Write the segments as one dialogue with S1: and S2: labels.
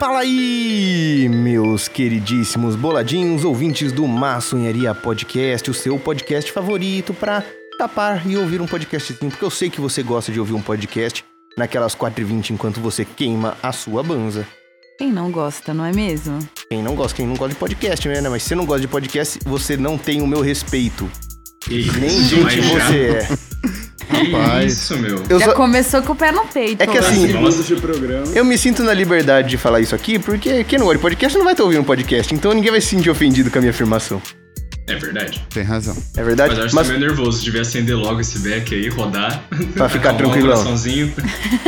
S1: Fala aí, meus queridíssimos boladinhos, ouvintes do Maçonharia Podcast, o seu podcast favorito pra tapar e ouvir um podcastzinho, porque eu sei que você gosta de ouvir um podcast naquelas 4h20 enquanto você queima a sua banza.
S2: Quem não gosta, não é mesmo?
S1: Quem não gosta, quem não gosta de podcast, né? Mas se você não gosta de podcast, você não tem o meu respeito. Nem gente você é.
S3: Que
S4: Rapaz.
S3: isso, meu.
S1: Eu
S2: Já
S1: só-
S2: começou com o pé no peito.
S1: É que
S2: hoje.
S1: assim-
S4: Segundos de programa.
S1: Eu me sinto na liberdade de falar isso aqui, porque quem não gosta de podcast não vai estar ouvindo podcast, então ninguém vai se sentir ofendido com a minha afirmação.
S3: É verdade.
S4: Tem razão.
S1: É verdade?
S3: Mas eu acho que
S1: Mas
S3: você é meio nervoso. Devia acender logo esse back aí, rodar.
S1: Pra ficar
S3: acalmar o
S1: tranquilão.
S3: coraçãozinho.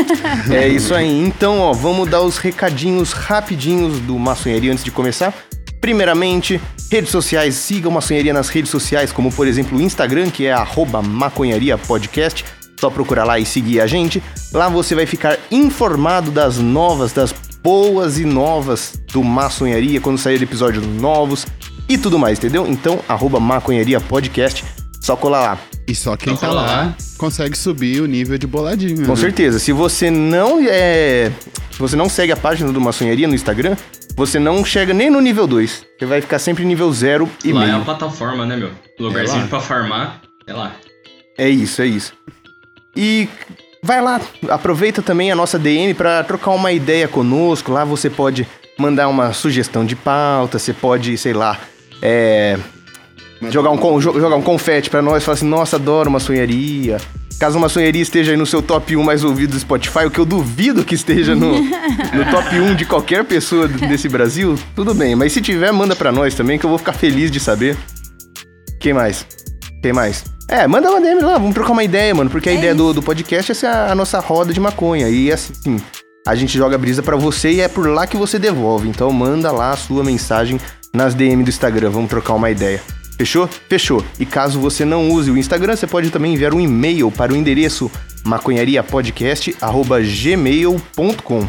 S1: é isso aí. Então, ó, vamos dar os recadinhos rapidinhos do Maçonharia antes de começar. Primeiramente, redes sociais, siga o Maçonharia nas redes sociais, como por exemplo o Instagram, que é arroba maconharia podcast. Só procurar lá e seguir a gente. Lá você vai ficar informado das novas, das boas e novas do Maçonharia, quando sair episódios novos e tudo mais, entendeu? Então, arroba maconharia podcast, só colar lá.
S4: E só
S3: Só
S4: quem
S2: Então
S4: tá
S3: colar.
S4: lá consegue subir o nível de boladinho.
S1: Com
S4: né?
S1: certeza. Se você não é. Se você não segue a página do Maçonharia no Instagram, você não chega nem no nível 2. Você vai ficar sempre nível 0 e
S3: lá é
S1: meio.
S3: a plataforma, né, meu?
S4: É
S3: Lugarzinho
S4: lá.
S3: pra farmar. É lá.
S1: É isso, é isso. E vai lá, aproveita também a nossa DM para trocar uma ideia conosco. Lá você pode mandar uma sugestão de pauta, você pode, sei lá, é, jogar, um, con- jo- jogar um confete pra nós, falar assim, nossa, adoro uma sonharia. Caso uma sonharia esteja aí no seu top 1 mais ouvido do Spotify, o que eu duvido que esteja no, no top 1 de qualquer pessoa d- desse Brasil, tudo bem. Mas se tiver, manda pra nós também, que eu vou ficar feliz de saber. Quem mais? Quem mais? É, manda uma DM lá, vamos trocar uma ideia, mano, porque a
S2: É
S1: ideia do, do podcast é ser a, a nossa roda de maconha. E assim, a gente joga a brisa pra você e é por lá que você devolve. Então manda lá a sua mensagem nas DM do Instagram, vamos trocar uma ideia. Fechou? Fechou. E caso você não use o Instagram, você pode também enviar um e-mail para o endereço maconhariapodcast@gmail.com.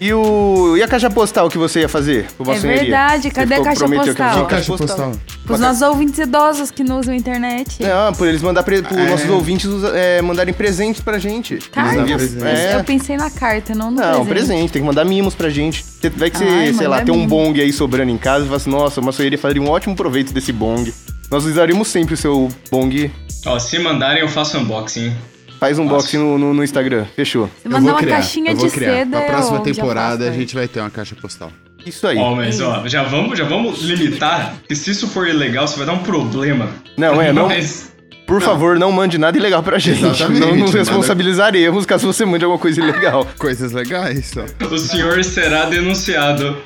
S1: E o e a caixa postal que você ia fazer? pro
S2: É
S1: maçonharia?
S2: verdade,
S1: Você
S2: cadê a
S1: ficou-
S2: caixa
S1: prometeu que ia fazer
S4: Que
S2: postal?
S1: uma
S4: caixa postal.
S1: é-
S2: Os nossos ouvintes idosos que não usam internet.
S1: não, por eles mandar pre- pros
S4: É.
S1: nossos ouvintes usa- é, mandarem presentes pra gente.
S4: Mandar
S2: Cartas?
S4: presente.
S1: É.
S2: Eu pensei na carta, não no
S1: Não, presente.
S2: presente.
S1: tem que mandar mimos pra gente. Cê- Vai que você,
S2: Ai,
S1: sei lá,
S2: manda
S1: tem um
S2: mimo.
S1: bong aí sobrando em casa e fala assim, nossa, uma soeira faria um ótimo proveito desse bong. Nós usaríamos sempre o seu bong.
S3: Ó, se mandarem, eu faço unboxing.
S1: Faz um box no, no- no Instagram. Fechou.
S2: Se
S4: Eu
S2: mandar
S4: vou
S2: uma
S4: criar,
S2: caixinha
S4: eu vou
S2: de
S4: criar.
S2: seda.
S4: Na
S2: eu
S4: próxima
S2: já
S4: temporada a
S2: faço.
S4: gente vai ter uma caixa postal.
S1: Isso aí.
S3: Ó, mas ó, já vamos, já vamos limitar. Que se isso for ilegal, você vai dar um problema.
S1: Não, é, não.
S3: Mas,
S1: Por favor, não mande nada ilegal pra gente.
S4: Exatamente,
S1: Não nos
S4: manda-
S1: responsabilizaremos caso você mande alguma coisa ilegal.
S4: Coisas legais, só.
S3: o senhor será denunciado.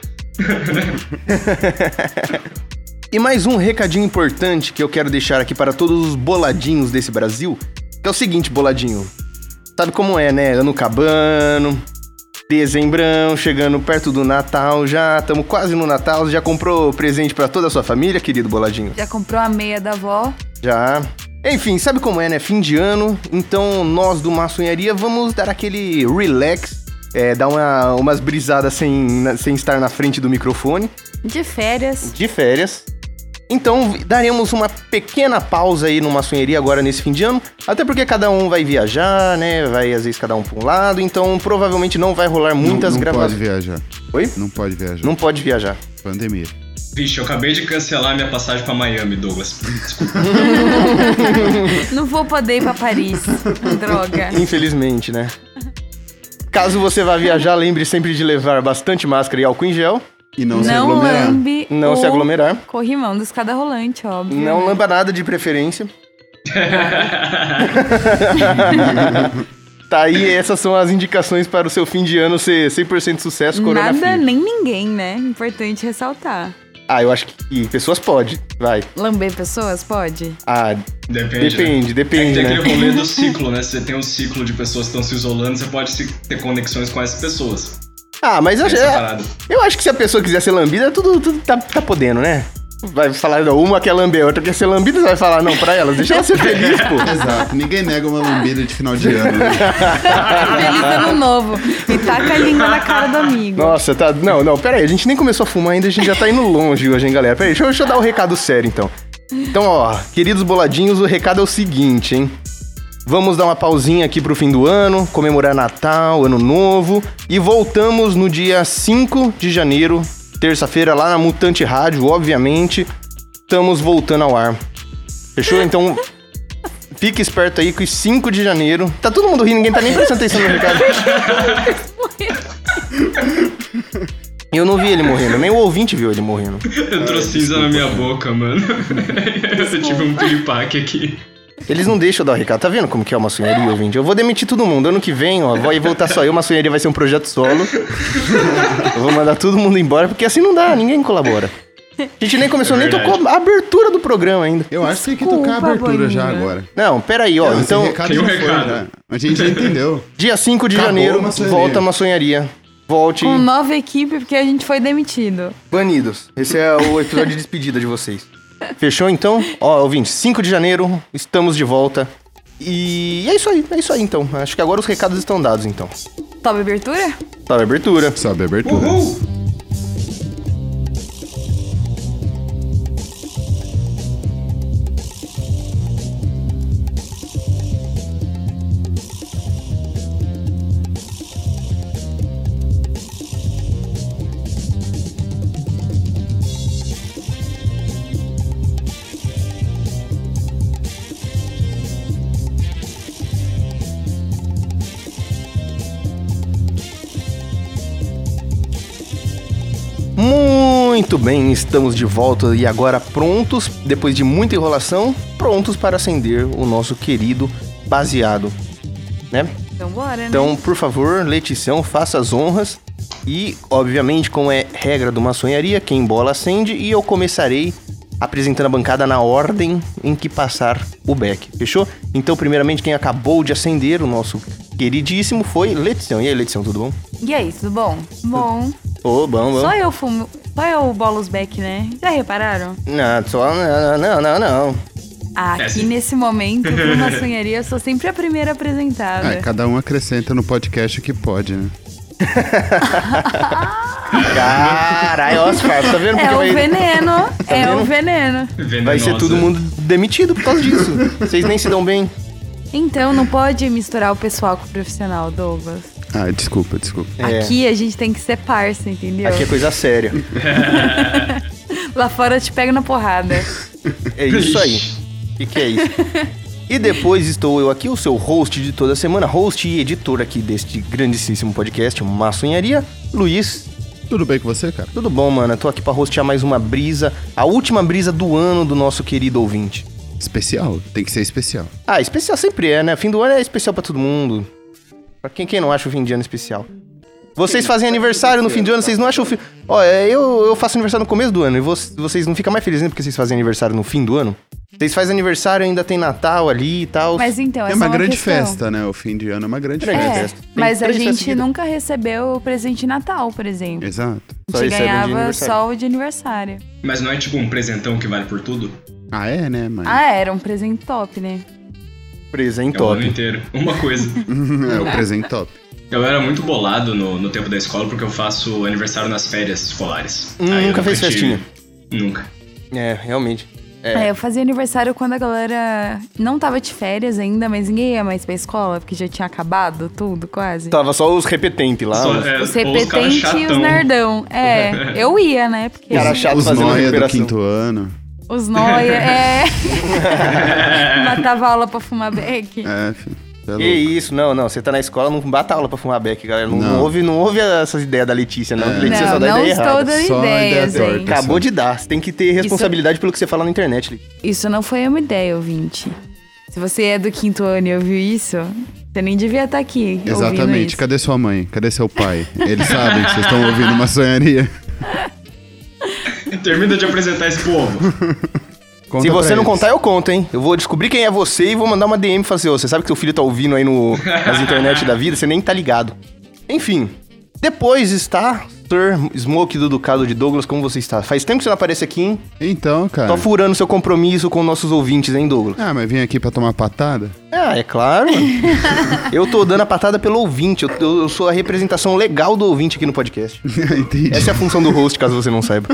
S1: E mais um recadinho importante que eu quero deixar aqui para todos os boladinhos desse Brasil, que é o seguinte, boladinho. Sabe como é, né? Ano cabano, dezembrão, chegando perto do Natal já, estamos quase no Natal, já comprou presente para toda a sua família, querido boladinho?
S2: Já comprou a meia da avó.
S1: Já. Enfim, sabe como é, né? Fim de ano, então nós do Maçonharia vamos dar aquele relax, é, dar uma- umas brisadas sem, sem estar na frente do microfone
S2: De férias.
S1: de férias. Então daremos uma pequena pausa aí numa sonheria agora nesse fim de ano, até porque cada um vai viajar, né? Vai às vezes cada um para um lado, então provavelmente não vai rolar muitas
S4: não, não
S1: gravações.
S4: pode viajar.
S1: Oi?
S4: Não pode viajar.
S1: Não pode viajar.
S4: Pandemia.
S3: Vixe, eu acabei de cancelar minha passagem pra Miami, Douglas. Desculpa.
S2: Não vou poder ir pra Paris. Droga.
S1: Infelizmente, né? Caso você vá viajar, lembre sempre de levar bastante máscara e álcool em gel,
S4: E não, se
S2: Não é
S4: aglomerar.
S2: lambe.
S1: não
S2: o
S1: se aglomerar,
S2: Corrimão da escada rolante, óbvio. né?
S1: não lamba nada de preferência. tá aí, essas são as indicações para o seu fim de ano ser 100% sucesso, corona
S2: Nada,
S1: free.
S2: nem ninguém, né? Importante ressaltar.
S1: Ah, eu acho que pessoas pode. Vai.
S2: Lamber pessoas, pode?
S1: Ah,
S3: Depende. né?
S1: depende,
S3: É que
S1: depende,
S3: tem
S1: né?
S3: aquele rolê do ciclo, né? Você tem um ciclo de pessoas que estão se isolando, você pode se- ter conexões com essas pessoas.
S1: Ah, mas eu,
S3: Tem essa
S1: acho-
S3: parada.
S1: eu acho que se a pessoa quiser ser lambida, tudo, tudo tá, tá podendo, né? Vai falar, não, uma quer lamber, a outra quer ser lambida, você vai falar, não, pra elas, deixa ela ser feliz, pô.
S4: Exato. Ninguém nega uma lambida de final de ano. né?
S2: Feliz ano novo. E taca a língua na cara do amigo.
S1: Nossa, tá. Não, não, pera aí, a gente nem começou a fumar ainda, a gente já tá indo longe hoje, hein, galera. Pera aí, deixa, eu- deixa eu dar o recado sério, então. Então, ó, queridos boladinhos, o recado é o seguinte, hein? Vamos dar uma pausinha aqui pro fim do ano, comemorar Natal, Ano Novo. E voltamos no dia 5 de janeiro, terça-feira, lá na Mutante Rádio, obviamente. Estamos voltando ao ar. Fechou? Então. Fique esperto aí que 5 de janeiro. Tá todo mundo rindo, ninguém tá nem prestando atenção no recado. Eu não vi ele morrendo, nem o ouvinte viu ele morrendo.
S3: Entrou cinza na minha boca, mano. Eu tive um piripaque aqui.
S1: Eles não deixam eu dar o recado. Tá vendo como que é uma sonharia, ouvinte? Eu vou demitir todo mundo. Ano que vem, ó, vai voltar só eu. Uma sonharia vai ser um projeto solo. Eu vou mandar todo mundo embora, porque assim não dá, ninguém colabora. A gente nem começou, nem
S3: verdade.
S1: tocou a abertura do programa ainda.
S4: Eu acho que tem que tocar a
S2: Desculpa,
S4: abertura já
S2: Bolinha.
S4: agora.
S1: Não, peraí, ó.
S4: Não, esse
S1: então,
S4: recado
S3: tem um
S4: já foi,
S3: recado.
S4: né? A gente já entendeu.
S1: dia 5 de
S4: Acabou
S1: janeiro,
S4: uma sonharia.
S1: volta uma sonharia. Volte.
S2: Com Um nova equipe, porque a gente foi demitido.
S1: Banidos. Esse é o episódio de despedida de vocês. Fechou então? Ó, ouvinte, 5 de janeiro, estamos de volta. E é isso aí, é isso aí então. Acho que agora os recados estão dados então.
S2: Sobe a abertura?
S1: Tá a abertura.
S4: Sabe a abertura?
S3: Uhul!
S1: Muito bem, estamos de volta e agora prontos, depois de muita enrolação, prontos para acender o nosso querido baseado, né?
S2: Então bora, né?
S1: Então, por favor, Letição, faça as honras. E, obviamente, como é regra de uma sonharia, quem bola acende. E eu começarei apresentando a bancada na ordem em que passar o beck. Fechou? Então, primeiramente, quem acabou de acender o nosso queridíssimo foi Letição. E aí, Letição, tudo bom?
S2: E aí, tudo bom? Bom.
S1: Ô, bom, bom.
S2: Só eu fumo. Só eu bolo os back, né? Já repararam? Ah,
S1: Não, só... Não, não, não, não.
S3: É,
S2: Aqui
S3: sim.
S2: nesse momento, por uma sonharia, eu sou sempre a primeira apresentada.
S4: É, cada um acrescenta no podcast o que pode, né?
S1: Caralho, Oscar, tá vendo?
S2: É
S1: Porque
S2: o
S1: vai-
S2: veneno, é
S1: vendo?
S2: o veneno.
S3: Venenosa.
S1: Vai ser todo mundo demitido por causa disso. Vocês nem se dão bem.
S2: Então não pode misturar o pessoal com o profissional, Douglas.
S4: Ah, desculpa, desculpa.
S1: É.
S2: Aqui a gente tem que ser parça, entendeu?
S1: Aqui é coisa séria.
S2: Lá fora eu te pego na porrada.
S1: É isso aí.
S3: Ixi.
S1: O que, que é isso? E depois estou eu aqui, o seu host de toda semana, host e editor aqui deste grandíssimo podcast, Maçonharia, Luiz.
S4: Tudo bem com você, cara?
S1: Tudo bom, mano? Eu tô aqui pra hostear mais uma brisa, a última brisa do ano do nosso querido ouvinte.
S4: Especial, tem que ser especial.
S2: Então,
S1: Ah, especial sempre é, né? Fim do ano é especial pra todo mundo. Pra quem, quem não acha o fim de ano especial? Vocês fazem aniversário no fim
S3: tá.
S1: do ano, vocês não acham o fim... Ó, é, eu, eu faço aniversário no começo do ano e vo- vocês não ficam mais felizes né, porque vocês fazem aniversário no fim do ano? Vocês fazem aniversário, ainda tem Natal ali e tal.
S2: Mas então,
S4: É
S2: essa
S4: uma grande
S2: questão.
S4: festa, né? O fim de ano é uma grande
S1: Grande
S4: festa.
S2: É,
S1: festa. Tem
S2: mas a
S1: três festas
S2: gente
S1: seguidas.
S2: nunca recebeu o presente de Natal, por exemplo.
S4: Exato.
S1: Só
S2: A
S1: recebe
S2: gente
S1: um de
S2: ganhava
S1: aniversário.
S2: só o de aniversário.
S3: Mas não é tipo um presentão que vale por tudo?
S4: Ah, é, né, mano?
S2: Ah, era um presente top, né?
S1: Presa em
S3: É o ano
S1: top. Uhum.
S3: inteiro. Uma coisa.
S4: é o presente top.
S3: Eu era muito bolado no, no tempo da escola porque eu faço aniversário nas férias escolares.
S1: Hum,
S3: Aí eu
S1: nunca fez
S3: tive-
S1: festinha.
S3: Nunca.
S1: É, realmente. É.
S2: É. eu fazia aniversário quando a galera não tava de férias ainda, mas ninguém ia mais pra escola, porque já tinha acabado tudo, quase.
S1: Tava só os repetentes lá.
S3: Só-
S1: os-
S3: é,
S2: Os
S3: ou cara
S2: repetentes e os
S3: chatão.
S2: nerdão. É, eu ia, né? Porque
S1: Cara chato
S4: Os
S1: fazendo
S4: noia do
S1: recuperação.
S4: quinto ano.
S2: os noia, é... Matava aula pra fumar beck.
S4: É, filho. tá
S1: Que
S4: louco.
S1: isso, não, não. Você tá na escola, não bata aula pra fumar beck, galera. Não,
S4: Não.
S1: não ouve, não ouve essas ideias da Letícia, não. Letícia só
S2: Não,
S1: dá
S2: não
S1: ideia
S2: estou
S1: errada.
S2: dando
S4: Só ideia
S2: ideias,
S4: torta.
S2: hein?
S1: Acabou de dar. Você tem que ter responsabilidade pelo que você fala na internet, Letícia.
S2: Isso não foi uma ideia, ouvinte. Se você é do quinto ano e ouviu isso, você nem devia estar aqui ouvindo
S4: Exatamente.
S2: isso.
S4: Cadê sua mãe? Cadê seu pai? Eles sabem que vocês estão ouvindo uma sonharia.
S3: Termina de apresentar esse povo.
S4: Conta
S1: Se você
S4: pra
S1: não
S4: eles.
S1: contar, eu conto, hein? Eu vou descobrir quem é você e vou mandar uma DM e falar assim, ô, você sabe que seu filho tá ouvindo aí no, nas internet da vida, você nem tá ligado. Enfim, depois está Sr. Smoke do Ducado de Douglas, como você está? Faz tempo que você não aparece aqui, hein?
S4: Então, cara.
S1: Tô furando seu compromisso com nossos ouvintes, hein, Douglas?
S4: Ah, mas vim aqui pra tomar patada?
S1: Ah, é claro. eu tô dando a patada pelo ouvinte. Eu, eu- eu sou a representação legal do ouvinte aqui no podcast.
S4: Entendi.
S1: Essa é a função do host, caso você não saiba.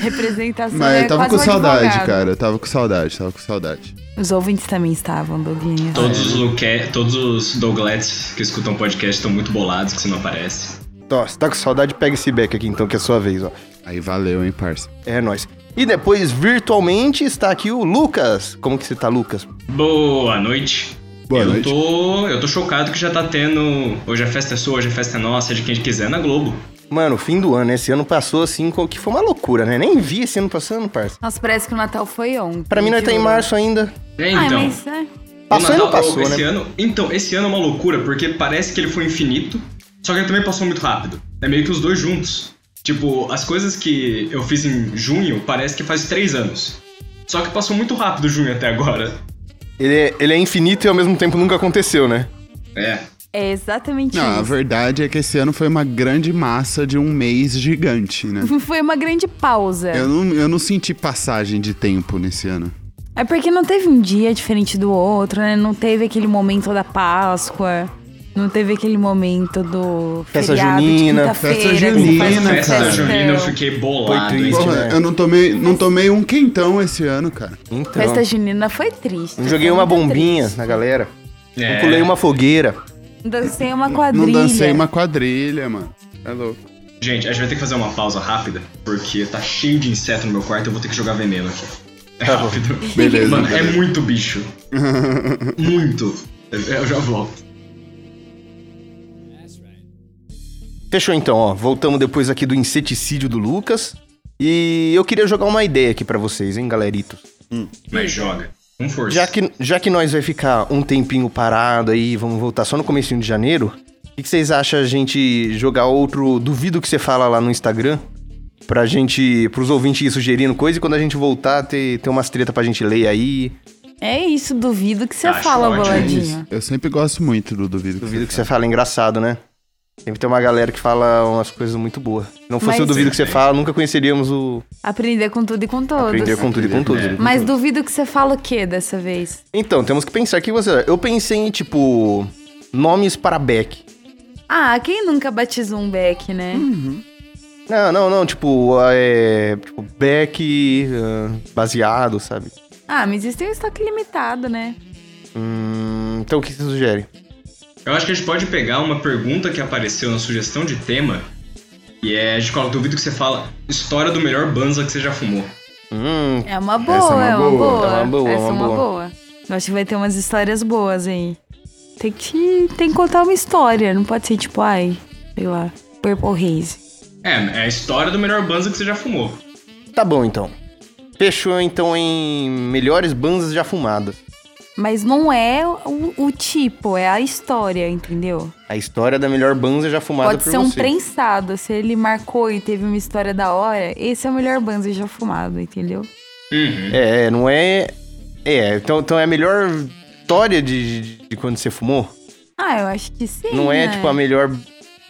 S2: Representação
S4: Mas
S2: é
S4: eu tava
S2: quase
S4: com
S2: um
S4: saudade,
S2: advogado.
S4: cara. Eu tava com saudade, tava com saudade.
S2: Os ouvintes também estavam, Douglas.
S3: Todos os, Luque, todos os Douglets que escutam podcast estão muito bolados que você não aparece.
S1: Ó, se tá com saudade, pega esse back aqui então, que é a sua vez, ó.
S4: Aí valeu, hein, parça.
S1: É nóis. E depois, virtualmente, está aqui o Lucas. Como que você tá, Lucas?
S3: Boa noite.
S4: Boa
S3: eu
S4: noite.
S3: Tô, eu tô chocado que já tá tendo. Hoje a festa é sua, hoje a festa é nossa, de quem quiser na Globo.
S1: Mano, fim do ano, né? esse ano passou assim, co- que foi uma loucura, né? Nem vi esse ano passando, parça.
S2: Nossa, parece que o Natal foi ontem.
S1: Pra mim, nós tá em
S2: viu?
S1: março ainda.
S3: É,
S2: Ah,
S3: então.
S2: mas é,
S1: Passou e não passou,
S3: esse
S1: né?
S3: Ano, então, esse ano é uma loucura, porque parece que ele foi infinito, só que ele também passou muito rápido. É meio que os dois juntos. Tipo, as coisas que eu fiz em junho parece que faz três anos. Só que passou muito rápido junho até agora.
S1: Ele é, ele é infinito e ao mesmo tempo nunca aconteceu, né?
S3: É.
S2: é exatamente
S4: Não, a
S2: isso.
S4: verdade é que esse ano foi uma grande massa de um mês gigante, né?
S2: Foi uma grande pausa.
S4: Eu não, eu não senti passagem de tempo nesse ano.
S2: É porque não teve um dia diferente do outro, né? Não teve aquele momento da Páscoa. Não teve aquele momento do
S1: Festa
S2: feriado
S1: junina,
S2: de quinta-feira.
S4: festa
S2: que você faz
S4: junina,
S2: um
S4: cara.
S3: Festa
S2: festão.
S3: junina eu fiquei
S1: Foi
S3: bolado.
S1: triste.
S3: hein?
S4: Porra,
S1: né?
S4: eu não tomei, não tomei um quentão esse ano, cara.
S1: Então.
S2: Festa junina foi triste.
S1: eu joguei
S2: foi
S1: uma
S2: muito
S1: bombinha
S2: triste.
S1: na galera.
S3: É.
S1: Eu pulei uma fogueira.
S2: Dancei uma quadrilha.
S4: Não dancei uma quadrilha, mano. É louco.
S3: Gente, a gente vai ter que fazer uma pausa rápida, porque tá cheio de inseto no meu quarto, eu vou ter que jogar veneno aqui. É rápido.
S4: Beleza.
S3: Mano, é muito bicho. muito. Eu- Eu já volto.
S1: Fechou então, ó. Voltamos depois aqui do inseticídio do Lucas. E eu queria jogar uma ideia aqui pra vocês, hein, galeritos.
S3: Mas joga. Com força.
S1: Já que, já que nós vai ficar um tempinho parado aí, vamos voltar só no comecinho de janeiro, o que, que vocês acham a gente jogar outro duvido que você fala lá no Instagram? Pra gente, pros ouvintes ir sugerindo coisa e quando a gente voltar ter, ter umas treta pra gente ler aí.
S2: É isso, duvido que você
S3: Acho
S2: fala,
S3: ótimo
S2: boladinho.
S4: É Eu sempre gosto muito do duvido.
S1: Duvido que você fala, é engraçado, né? Sempre tem uma galera que fala umas coisas muito boas. Se não fosse
S2: Mas-
S1: o duvido que você fala, nunca conheceríamos o
S2: Aprender com tudo e com todos.
S1: aprender com tudo e com todos. né?
S2: Mas duvido que você fala o quê dessa vez?
S1: Então, temos que pensar o que você. Eu pensei em, tipo, nomes para Beck.
S2: Ah, quem nunca batizou um beck, né?
S1: Hum. Não, não, não, tipo, é. Tipo, Beck ah, baseado, sabe?
S2: Ah, mas isso tem um estoque limitado, né?
S1: Hum, então o que você sugere?
S3: Eu acho que a gente pode pegar uma pergunta que apareceu na sugestão de tema. E é, a gente coloca, duvido que você fala, história do melhor banza que você já fumou.
S1: Hum,
S2: É uma boa,
S4: Essa é uma
S2: é uma
S4: boa,
S2: boa.
S1: é uma boa,
S2: Essa
S1: uma
S2: é uma
S1: boa.
S2: boa. Eu acho que vai ter umas histórias boas aí. Tem que, tem que contar uma história, não pode ser tipo, ai, sei lá, Purple Haze.
S3: É, é a história do melhor banza que você já fumou.
S1: tá bom então. Fechou então em melhores bandas já fumadas.
S2: Mas não é o, o tipo, é a história, entendeu?
S1: A história da melhor banza já fumada
S2: pode
S1: por
S2: ser
S1: você.
S2: um prensado. Se ele marcou e teve uma história da hora, esse é o melhor banzo já fumado, entendeu?
S3: Uhum.
S1: É, é, não é. É, então, então é a melhor história de, de- de quando você fumou?
S2: Ah, eu acho que sim.
S1: não é,
S2: né?
S1: tipo, a melhor.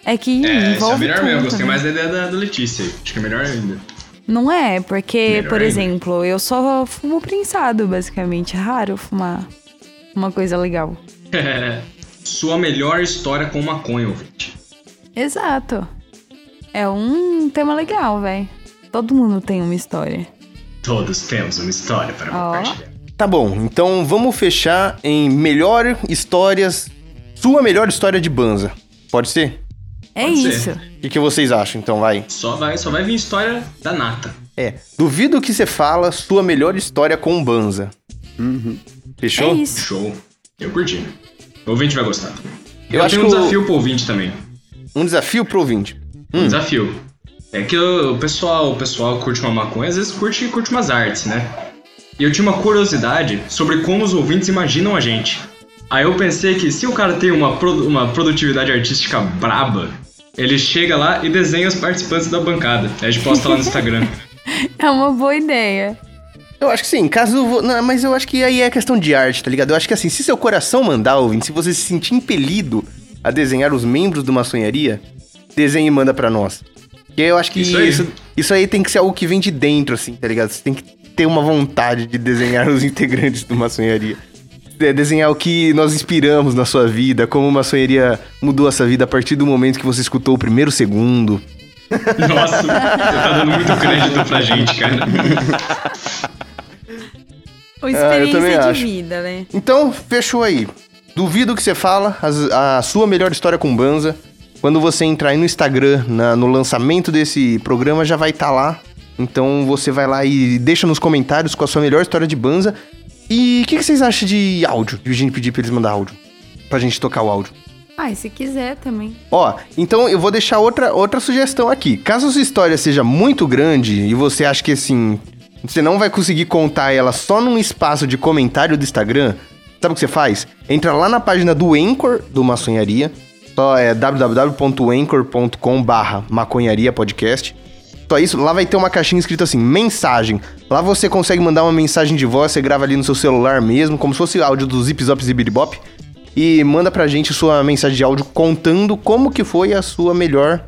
S2: É que
S3: É, isso é
S2: envolve
S3: melhor
S2: tudo,
S3: mesmo.
S2: né?
S3: Gostei mais da ideia da, da Letícia aí. Acho que é melhor ainda.
S2: Não é, porque,
S3: Melhor
S2: por
S3: ainda.
S2: exemplo, eu só fumo prensado, basicamente. É raro eu fumar uma coisa legal.
S3: Sua melhor história com maconha, ouvinte.
S2: Exato. É um tema legal, velho. Todo mundo tem uma história.
S3: Todos temos uma história para
S2: Ó.
S3: compartilhar.
S1: Tá bom, então vamos fechar em melhor histórias. Sua melhor história de banza. Pode ser?
S2: É
S3: Pode ser.
S2: isso.
S1: O que, que vocês acham, então, vai?
S3: Só vai, só vai vir história da nata.
S1: É, duvido que você fala sua melhor história com banza.
S2: É
S1: Fechou?
S2: isso.
S3: Show. Eu curti. O ouvinte vai gostar.
S1: Eu
S3: Eu,
S1: acho
S3: acho tenho um
S1: que o-
S3: desafio pro ouvinte também.
S1: Um desafio pro ouvinte.
S3: Um desafio. É que o o pessoal, o pessoal curte uma maconha, às vezes curte, curte umas artes, né? E eu tinha uma curiosidade sobre como os ouvintes imaginam a gente. Aí eu pensei que se o cara tem uma, pro- uma produtividade artística braba, ele chega lá e desenha os participantes da bancada. Aí a gente posta lá no Instagram.
S2: É uma boa ideia.
S1: Eu acho que sim, caso. vo- Não, mas eu acho que aí é questão de arte, tá ligado? Eu acho que assim, se seu coração mandar, ouvinte, se você se sentir impelido a desenhar os membros de uma sonharia, desenhe e manda pra nós. Porque eu acho que
S3: Isso
S1: isso
S3: aí.
S1: aí. Isso, aí tem que ser algo que vem de dentro, assim, tá ligado? Você tem que ter uma vontade de desenhar os integrantes do maçonharia. É, desenhar o que nós inspiramos na sua vida, como a maçonharia mudou a sua vida a partir do momento que você escutou o primeiro segundo.
S3: Nossa, você tá dando muito crédito pra gente, cara.
S2: Ou
S1: É, eu também
S2: experiência de
S1: acho.
S2: vida, né?
S1: Então, fechou aí. Duvido que você fala as- a sua melhor história com Banza. Quando você entrar aí no Instagram, na- no lançamento desse programa, já vai estar lá. Então você vai lá e deixa nos comentários com a sua melhor história de Banza. E o que, que vocês acham de áudio? De a gente pedir pra eles mandar áudio. Pra gente tocar o áudio.
S2: Ah, e se quiser também.
S1: Ó, então eu vou deixar outra, outra sugestão aqui. Caso a sua história seja muito grande e você acha que assim, você não vai conseguir contar ela só num espaço de comentário do Instagram, sabe o que você faz? Entra lá na página do Anchor do Maçonharia, só é www.anchor.com barra maconharia podcast. Só Então é isso, lá vai ter uma caixinha escrita assim, mensagem. Lá você consegue mandar uma mensagem de voz, você grava ali no seu celular mesmo, como se fosse áudio do Zip Zop Zibiribop e manda pra gente sua mensagem de áudio contando como que foi a sua melhor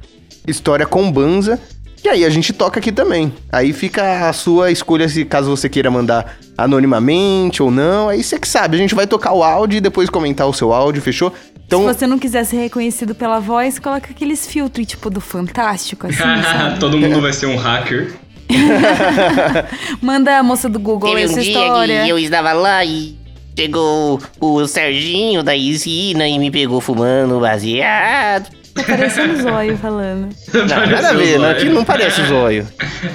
S1: história com Banza. E aí a gente toca aqui também. Aí fica a sua escolha se caso você queira mandar anonimamente ou não. Aí você que sabe, a gente vai tocar o áudio e depois comentar o seu áudio, fechou? Então,
S2: Se você não quiser ser reconhecido pela voz, coloca aqueles filtros, tipo, do Fantástico, assim, sabe?
S3: Todo mundo vai ser um hacker.
S2: Manda a moça do Google
S5: Teve um
S2: essa
S5: dia
S2: história.
S5: que eu estava lá e chegou o Serginho da Isina e me pegou fumando um baseado.
S2: Tá parecendo o zóio falando.
S1: não, nada a ver, né? Aqui não parece zóio.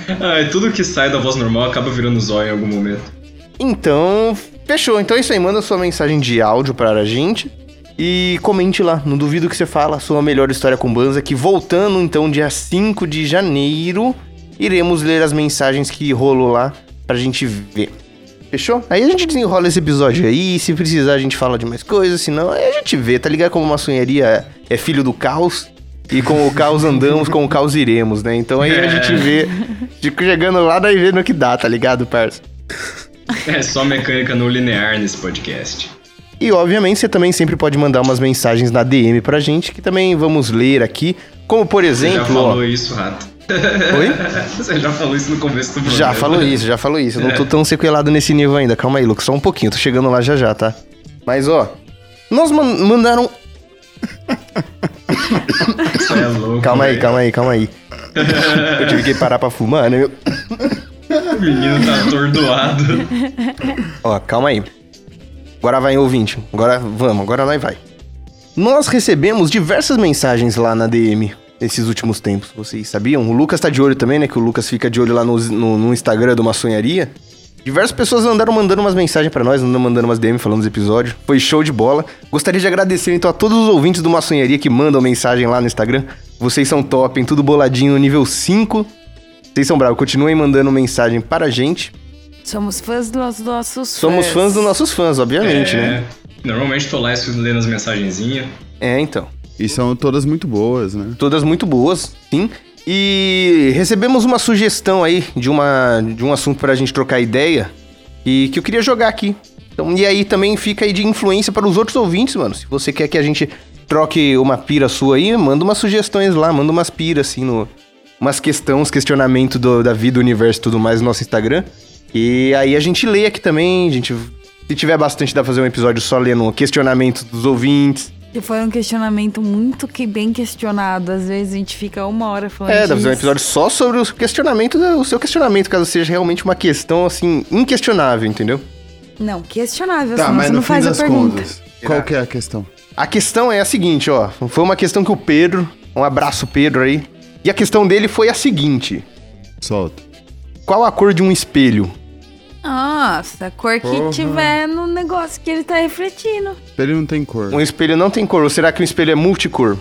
S3: um Ai, tudo que sai da voz normal acaba virando zóio em algum momento.
S1: Então, fechou. Então é isso aí. Manda sua mensagem de áudio para a gente. E comente lá, não duvido que você fala a sua melhor história com Banza, que voltando então dia 5 de janeiro, iremos ler as mensagens que rolou lá pra gente ver. Fechou? Aí a gente desenrola esse episódio aí, se precisar a gente fala de mais coisas, senão aí a gente vê, tá ligado como maçonharia é filho do caos? E com o caos andamos, com o caos iremos, né? Então aí a gente vê, fica chegando lá, daí vendo o que dá, tá ligado, parça?
S3: É só mecânica não linear nesse podcast.
S1: E obviamente você também sempre pode mandar umas mensagens na DM pra gente, que também vamos ler aqui. Como por
S3: Você já
S1: exemplo.
S3: falou
S1: ó,
S3: isso, rato.
S1: Oi?
S3: Você já falou isso no começo do programa.
S1: Já falou isso, já falou isso. Eu
S3: É.
S1: não tô tão sequelado nesse nível ainda. Calma aí, Lucas. Só um pouquinho, tô chegando lá já já, tá? Mas ó, nós man- mandaram.
S3: Isso é louco.
S1: Calma aí,
S3: velho.
S1: calma aí, calma aí. Eu tive que parar pra fumar, né? meu?
S3: O menino tá atordoado.
S1: Ó, calma aí. Agora vai, ouvinte. Agora vamos, agora nós vai. Nós recebemos diversas mensagens lá na DM esses últimos tempos, vocês sabiam? O Lucas tá de olho também, né? Que o Lucas fica de olho lá no, no- no Instagram do Maçonharia. Diversas pessoas andaram mandando umas mensagens pra nós, andaram mandando umas DM falando dos episódios. Foi show de bola. Gostaria de agradecer então a todos os ouvintes do Maçonharia que mandam mensagem lá no Instagram. Vocês são top, hein? Tudo boladinho, nível 5. Vocês são bravos, continuem mandando mensagem para a gente.
S2: Somos fãs dos nossos
S1: Somos fãs dos
S2: do
S1: nossos fãs, obviamente, né?
S3: É, Normalmente tô lá lendo as mensagenzinhas.
S1: É, então.
S4: E são todas muito boas, né?
S1: Todas muito boas, sim. E recebemos uma sugestão aí de, uma, de um assunto pra gente trocar ideia e que eu queria jogar aqui. Então, e aí também fica aí de influência para os outros ouvintes, mano. Se você quer que a gente troque uma pira sua aí, manda umas sugestões lá, manda umas piras, assim, no, umas questões, questionamento do- da vida, universo e tudo mais no nosso Instagram. E aí a gente lê aqui também, a gente. Se tiver bastante, dá pra fazer um episódio só lendo questionamentos dos ouvintes.
S2: Que foi um questionamento muito que bem questionado. Às vezes a gente fica uma hora falando
S1: É, dá pra fazer um
S2: disso.
S1: episódio só sobre o questionamento, o seu questionamento, caso seja realmente uma questão, assim, inquestionável, entendeu?
S2: Não, questionável,
S4: Tá,
S2: senão
S4: mas
S2: você
S4: no
S2: não
S4: fim
S2: faz a
S4: das
S2: pergunta.
S4: contas, qual que é a questão?
S1: A questão é a seguinte, ó. Foi uma questão que o Pedro, um abraço Pedro aí, e a questão dele foi a seguinte:
S4: Solta.
S1: qual a cor de um espelho?
S2: Nossa, a cor que tiver no negócio que ele tá refletindo.
S4: Ele não tem cor.
S1: Um espelho não tem cor, ou será que um espelho é multicor?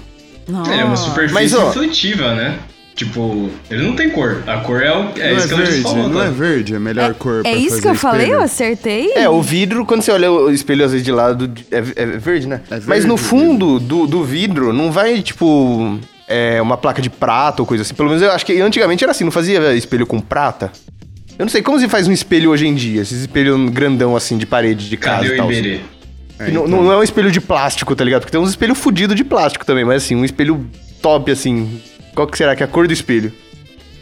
S2: Nossa.
S3: É uma superfície
S1: Ah. Mas, ó-
S3: refletiva, né? Tipo, ele não tem cor. A cor é, o, é
S4: não é
S3: isso que ela
S4: verde,
S3: gente falou,
S4: não
S3: tá?
S4: é verde, é a melhor cor pra
S2: É isso
S4: fazer
S2: que eu falei?
S4: espelho.
S2: Eu acertei?
S1: É, o vidro, quando você olha o espelho às vezes de lado, é, é verde, né?
S4: É verde,
S1: Mas no
S4: o
S1: fundo do, do vidro não vai, tipo, é, uma placa de prata ou coisa assim. Pelo menos eu acho que antigamente era assim, não fazia espelho com prata. Eu não sei como se faz um espelho hoje em dia, esses espelhos grandão assim de parede de casa
S3: Cadê
S1: e
S3: o
S1: tal. assim.
S3: Iberê?
S1: Que não, não é um espelho de plástico, tá ligado? Porque tem uns espelhos fudidos de plástico também, mas assim, um espelho top, assim. Qual que será que é a cor do espelho?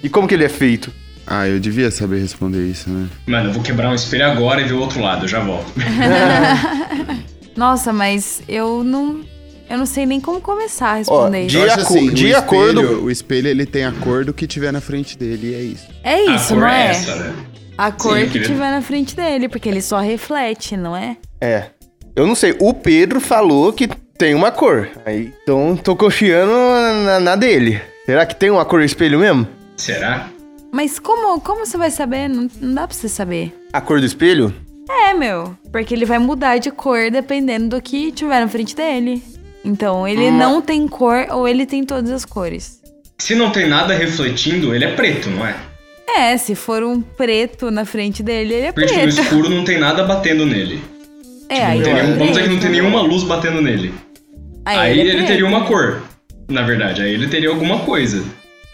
S1: E como que ele é feito?
S4: Ah, eu devia saber responder isso, né?
S3: Mano, eu vou quebrar um espelho agora e ver o outro lado, eu já volto.
S2: Nossa, mas eu não. Eu não sei nem como começar a responder.
S1: de-
S4: Eu acho assim,
S1: aco-
S4: o
S1: de
S4: espelho-
S1: acordo-
S4: O espelho, ele tem a cor do que tiver na frente dele e é isso.
S2: É isso,
S3: a cor
S2: não
S3: é
S2: é?
S3: essa, né?
S2: A cor
S3: Sim,
S2: que
S3: querido.
S2: tiver na frente dele, porque ele só reflete, não é?
S1: É. Eu não sei. O Pedro falou que tem uma cor. Aí, então, tô confiando na, na dele. Será que tem uma cor espelho mesmo?
S3: Será?
S2: Mas como, como você vai saber? Não, não dá pra você saber.
S1: A cor do espelho?
S2: É, meu. Porque ele vai mudar de cor dependendo do que tiver na frente dele. Então, ele
S1: Hum.
S2: não tem cor ou ele tem todas as cores.
S3: Se não tem nada refletindo, ele é preto, não é?
S2: É, se for um preto na frente dele, ele é
S3: Porque tipo, no
S2: preto.
S3: escuro não tem nada batendo nele.
S2: É, aí
S3: Não tem
S2: ele é
S3: nenhum, vamos dizer que não tem
S2: preto.
S3: nenhuma luz batendo nele. Aí,
S2: é
S3: ele, teria uma cor, na verdade. Aí ele teria alguma coisa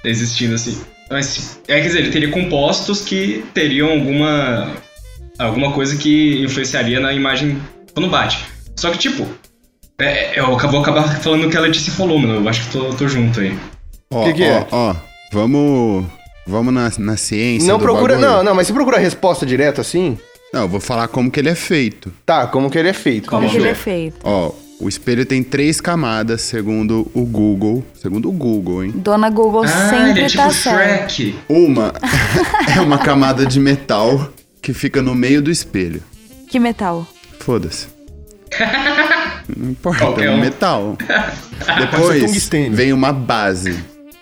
S3: existindo assim. Mas, é, quer dizer, ele teria compostos que teriam alguma alguma coisa que influenciaria na imagem quando bate. Só que, tipo, é- é, eu ac- vou acabar falando o que a Letícia falou, mano. Eu acho que tô, tô junto aí.
S4: Ó,
S1: Que que
S4: ó,
S1: é?
S4: ó, vamos, vamos na, na ciência
S1: não
S4: é do
S1: procura.
S4: bagulho.
S1: Não, não, mas se procura a resposta direto assim,
S4: Não, eu vou falar como que ele é feito.
S1: tá, como que ele é feito.
S3: um
S2: Como que ele é
S3: Vamos
S2: feito?
S4: Ó, o espelho tem três camadas, segundo o Google. Segundo o Google, hein?
S2: Dona Google
S3: Ah, ele
S2: sempre
S3: é tipo
S2: tá certa.
S3: Shrek.
S4: Uma é uma camada de metal que fica no meio do espelho.
S2: Que metal?
S4: Foda-se. Não importa,
S3: Qualquer
S4: é um
S3: um.
S4: metal.
S1: Pode ser
S4: Depois
S1: tungstênio.
S4: vem uma base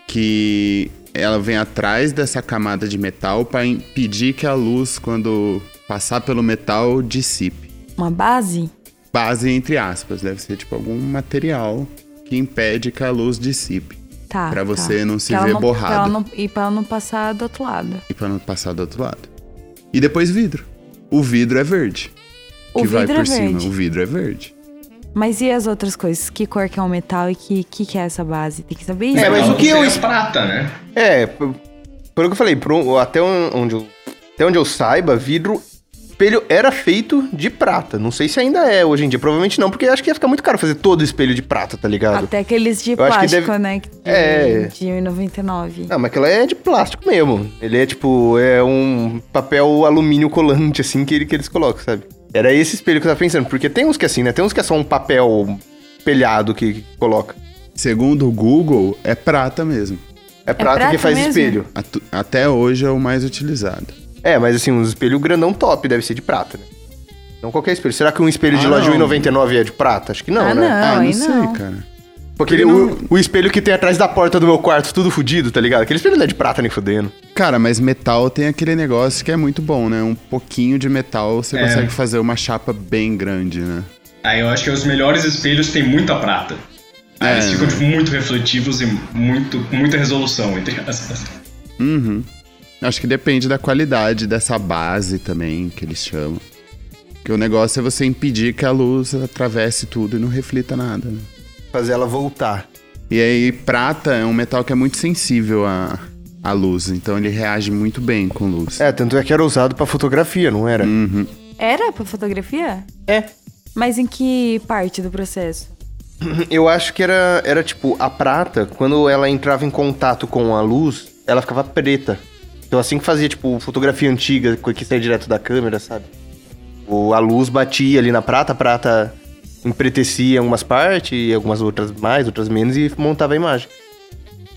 S4: que ela vem atrás dessa camada de metal para impedir que a luz, quando passar pelo metal, dissipe.
S2: Uma base?
S4: Base entre aspas, deve ser tipo algum material que impede que a luz dissipe.
S2: Tá.
S4: Pra
S2: tá.
S4: você não se
S2: Que ela
S4: ver
S2: pra
S4: borrado.
S2: ela não- e pra ela não passar do outro lado.
S4: e pra não passar do outro lado. E depois vidro. O vidro é verde.
S2: O
S4: que vai
S2: vidro é
S4: por cima.
S2: verde.
S4: O vidro é verde.
S2: Mas e as outras coisas? Que cor que é o metal e que que, que é essa base? Tem que saber isso.
S1: É, mas
S3: Não,
S1: o que eu
S3: seria
S1: es-
S3: prata, né?
S1: É, p- pelo que eu falei, pro- até, on- onde eu, até onde eu saiba, vidro espelho era feito de prata. Não sei se ainda é hoje em dia. Provavelmente não, porque acho que ia ficar muito caro fazer todo espelho de prata, tá ligado?
S2: Até aqueles de
S1: Eu acho que
S2: plástico,
S1: deve-
S2: né? que- De,
S1: É.
S2: De 99.
S1: Ah, mas aquela é de plástico mesmo. Ele é tipo, é um papel alumínio colante, assim, que, ele- que eles colocam, sabe? Era esse espelho que eu tava pensando, porque tem uns que é assim, né? Tem uns que é só um papel espelhado que, que coloca.
S4: Segundo o Google, é prata mesmo.
S1: É, prata,
S2: prata
S1: que faz
S2: mesmo?
S1: espelho.
S4: Atu- Até hoje é o mais utilizado.
S1: É, mas assim, um espelho grandão top deve ser de prata, né? Não qualquer espelho. Será que um espelho de
S4: Ah,
S1: loja
S4: não.
S1: 1,99 é de prata? Acho que não,
S2: ah,
S1: né?
S2: não,
S4: ah, não
S2: aí
S4: sei,
S2: não.
S4: cara.
S1: Porque ele- o, o espelho que tem atrás da porta do meu quarto, tudo fudido, tá ligado? Aquele espelho não é de prata nem fudendo.
S4: Cara, mas metal tem aquele negócio que é muito bom, né? Um pouquinho de metal você
S3: É.
S4: consegue fazer uma chapa bem grande, né?
S3: Aí eu acho que os melhores espelhos têm muita prata. Aí
S4: É.
S3: eles ficam tipo, muito refletivos e muito, com muita resolução, entre aspas.
S4: Uhum. Acho que depende da qualidade dessa base também, que eles chamam. Porque o negócio é você impedir que a luz atravesse tudo e não reflita nada, né?
S1: Fazer ela voltar.
S4: E aí, prata é um metal que é muito sensível à, à luz, então ele reage muito bem com luz.
S1: É, tanto é que era usado pra fotografia, não era?
S2: Era pra fotografia?
S1: É.
S2: Mas em que parte do processo?
S1: Eu acho que era, era tipo, a prata, quando ela entrava em contato com a luz, ela ficava preta. Então assim que fazia, tipo, fotografia antiga, que sai direto da câmera, sabe? Ou a luz batia ali na prata, a prata empretecia algumas partes, e algumas outras mais, outras menos, e montava a imagem.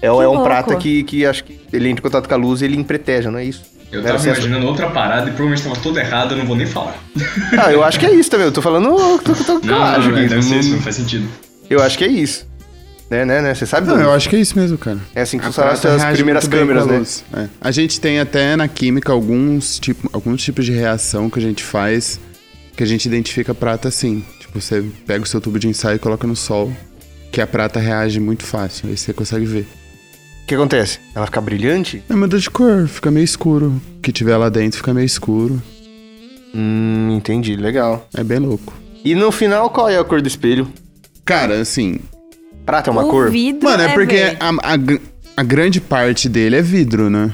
S1: É, é um
S2: louco.
S1: prata que, que acho que ele entra em contato com a luz e ele empreteja, não é isso?
S3: Eu
S1: Não
S3: tava
S1: era assim,
S3: imaginando outra parada e provavelmente tava toda errada, eu não vou nem falar.
S1: Ah, eu acho que é isso também. Eu tô falando. eu Tô, tô, tô,
S3: Não,
S1: acho
S3: não,
S1: que
S3: não, deve
S1: isso,
S3: ser
S1: não-
S3: isso, não faz sentido.
S1: Eu acho que é isso. Né, né, né? Você sabe?
S4: Não,
S1: Douglas?
S4: eu acho que é isso mesmo, cara.
S1: É assim que
S4: A
S1: funcionam
S4: prata
S1: as
S4: reage
S1: primeiras
S4: muito bem
S1: câmeras,
S4: com a
S1: né?
S4: luz, é. A gente tem até na química alguns, tipo, alguns tipos de reação que a gente faz que a gente identifica prata assim. Tipo, você pega o seu tubo de ensaio e coloca no sol, que a prata reage muito fácil, aí você consegue ver.
S1: O que acontece? Ela fica brilhante?
S4: É muda de cor, fica meio escuro. O que tiver lá dentro fica meio escuro.
S1: Hum, entendi, legal.
S4: É bem louco.
S1: E no final, qual é a cor do espelho?
S4: Cara, assim,
S1: Prata é uma
S2: o
S1: cor?
S2: vidro
S4: Mano, é porque
S2: verde.
S4: a, a gr- a grande parte dele é vidro, né?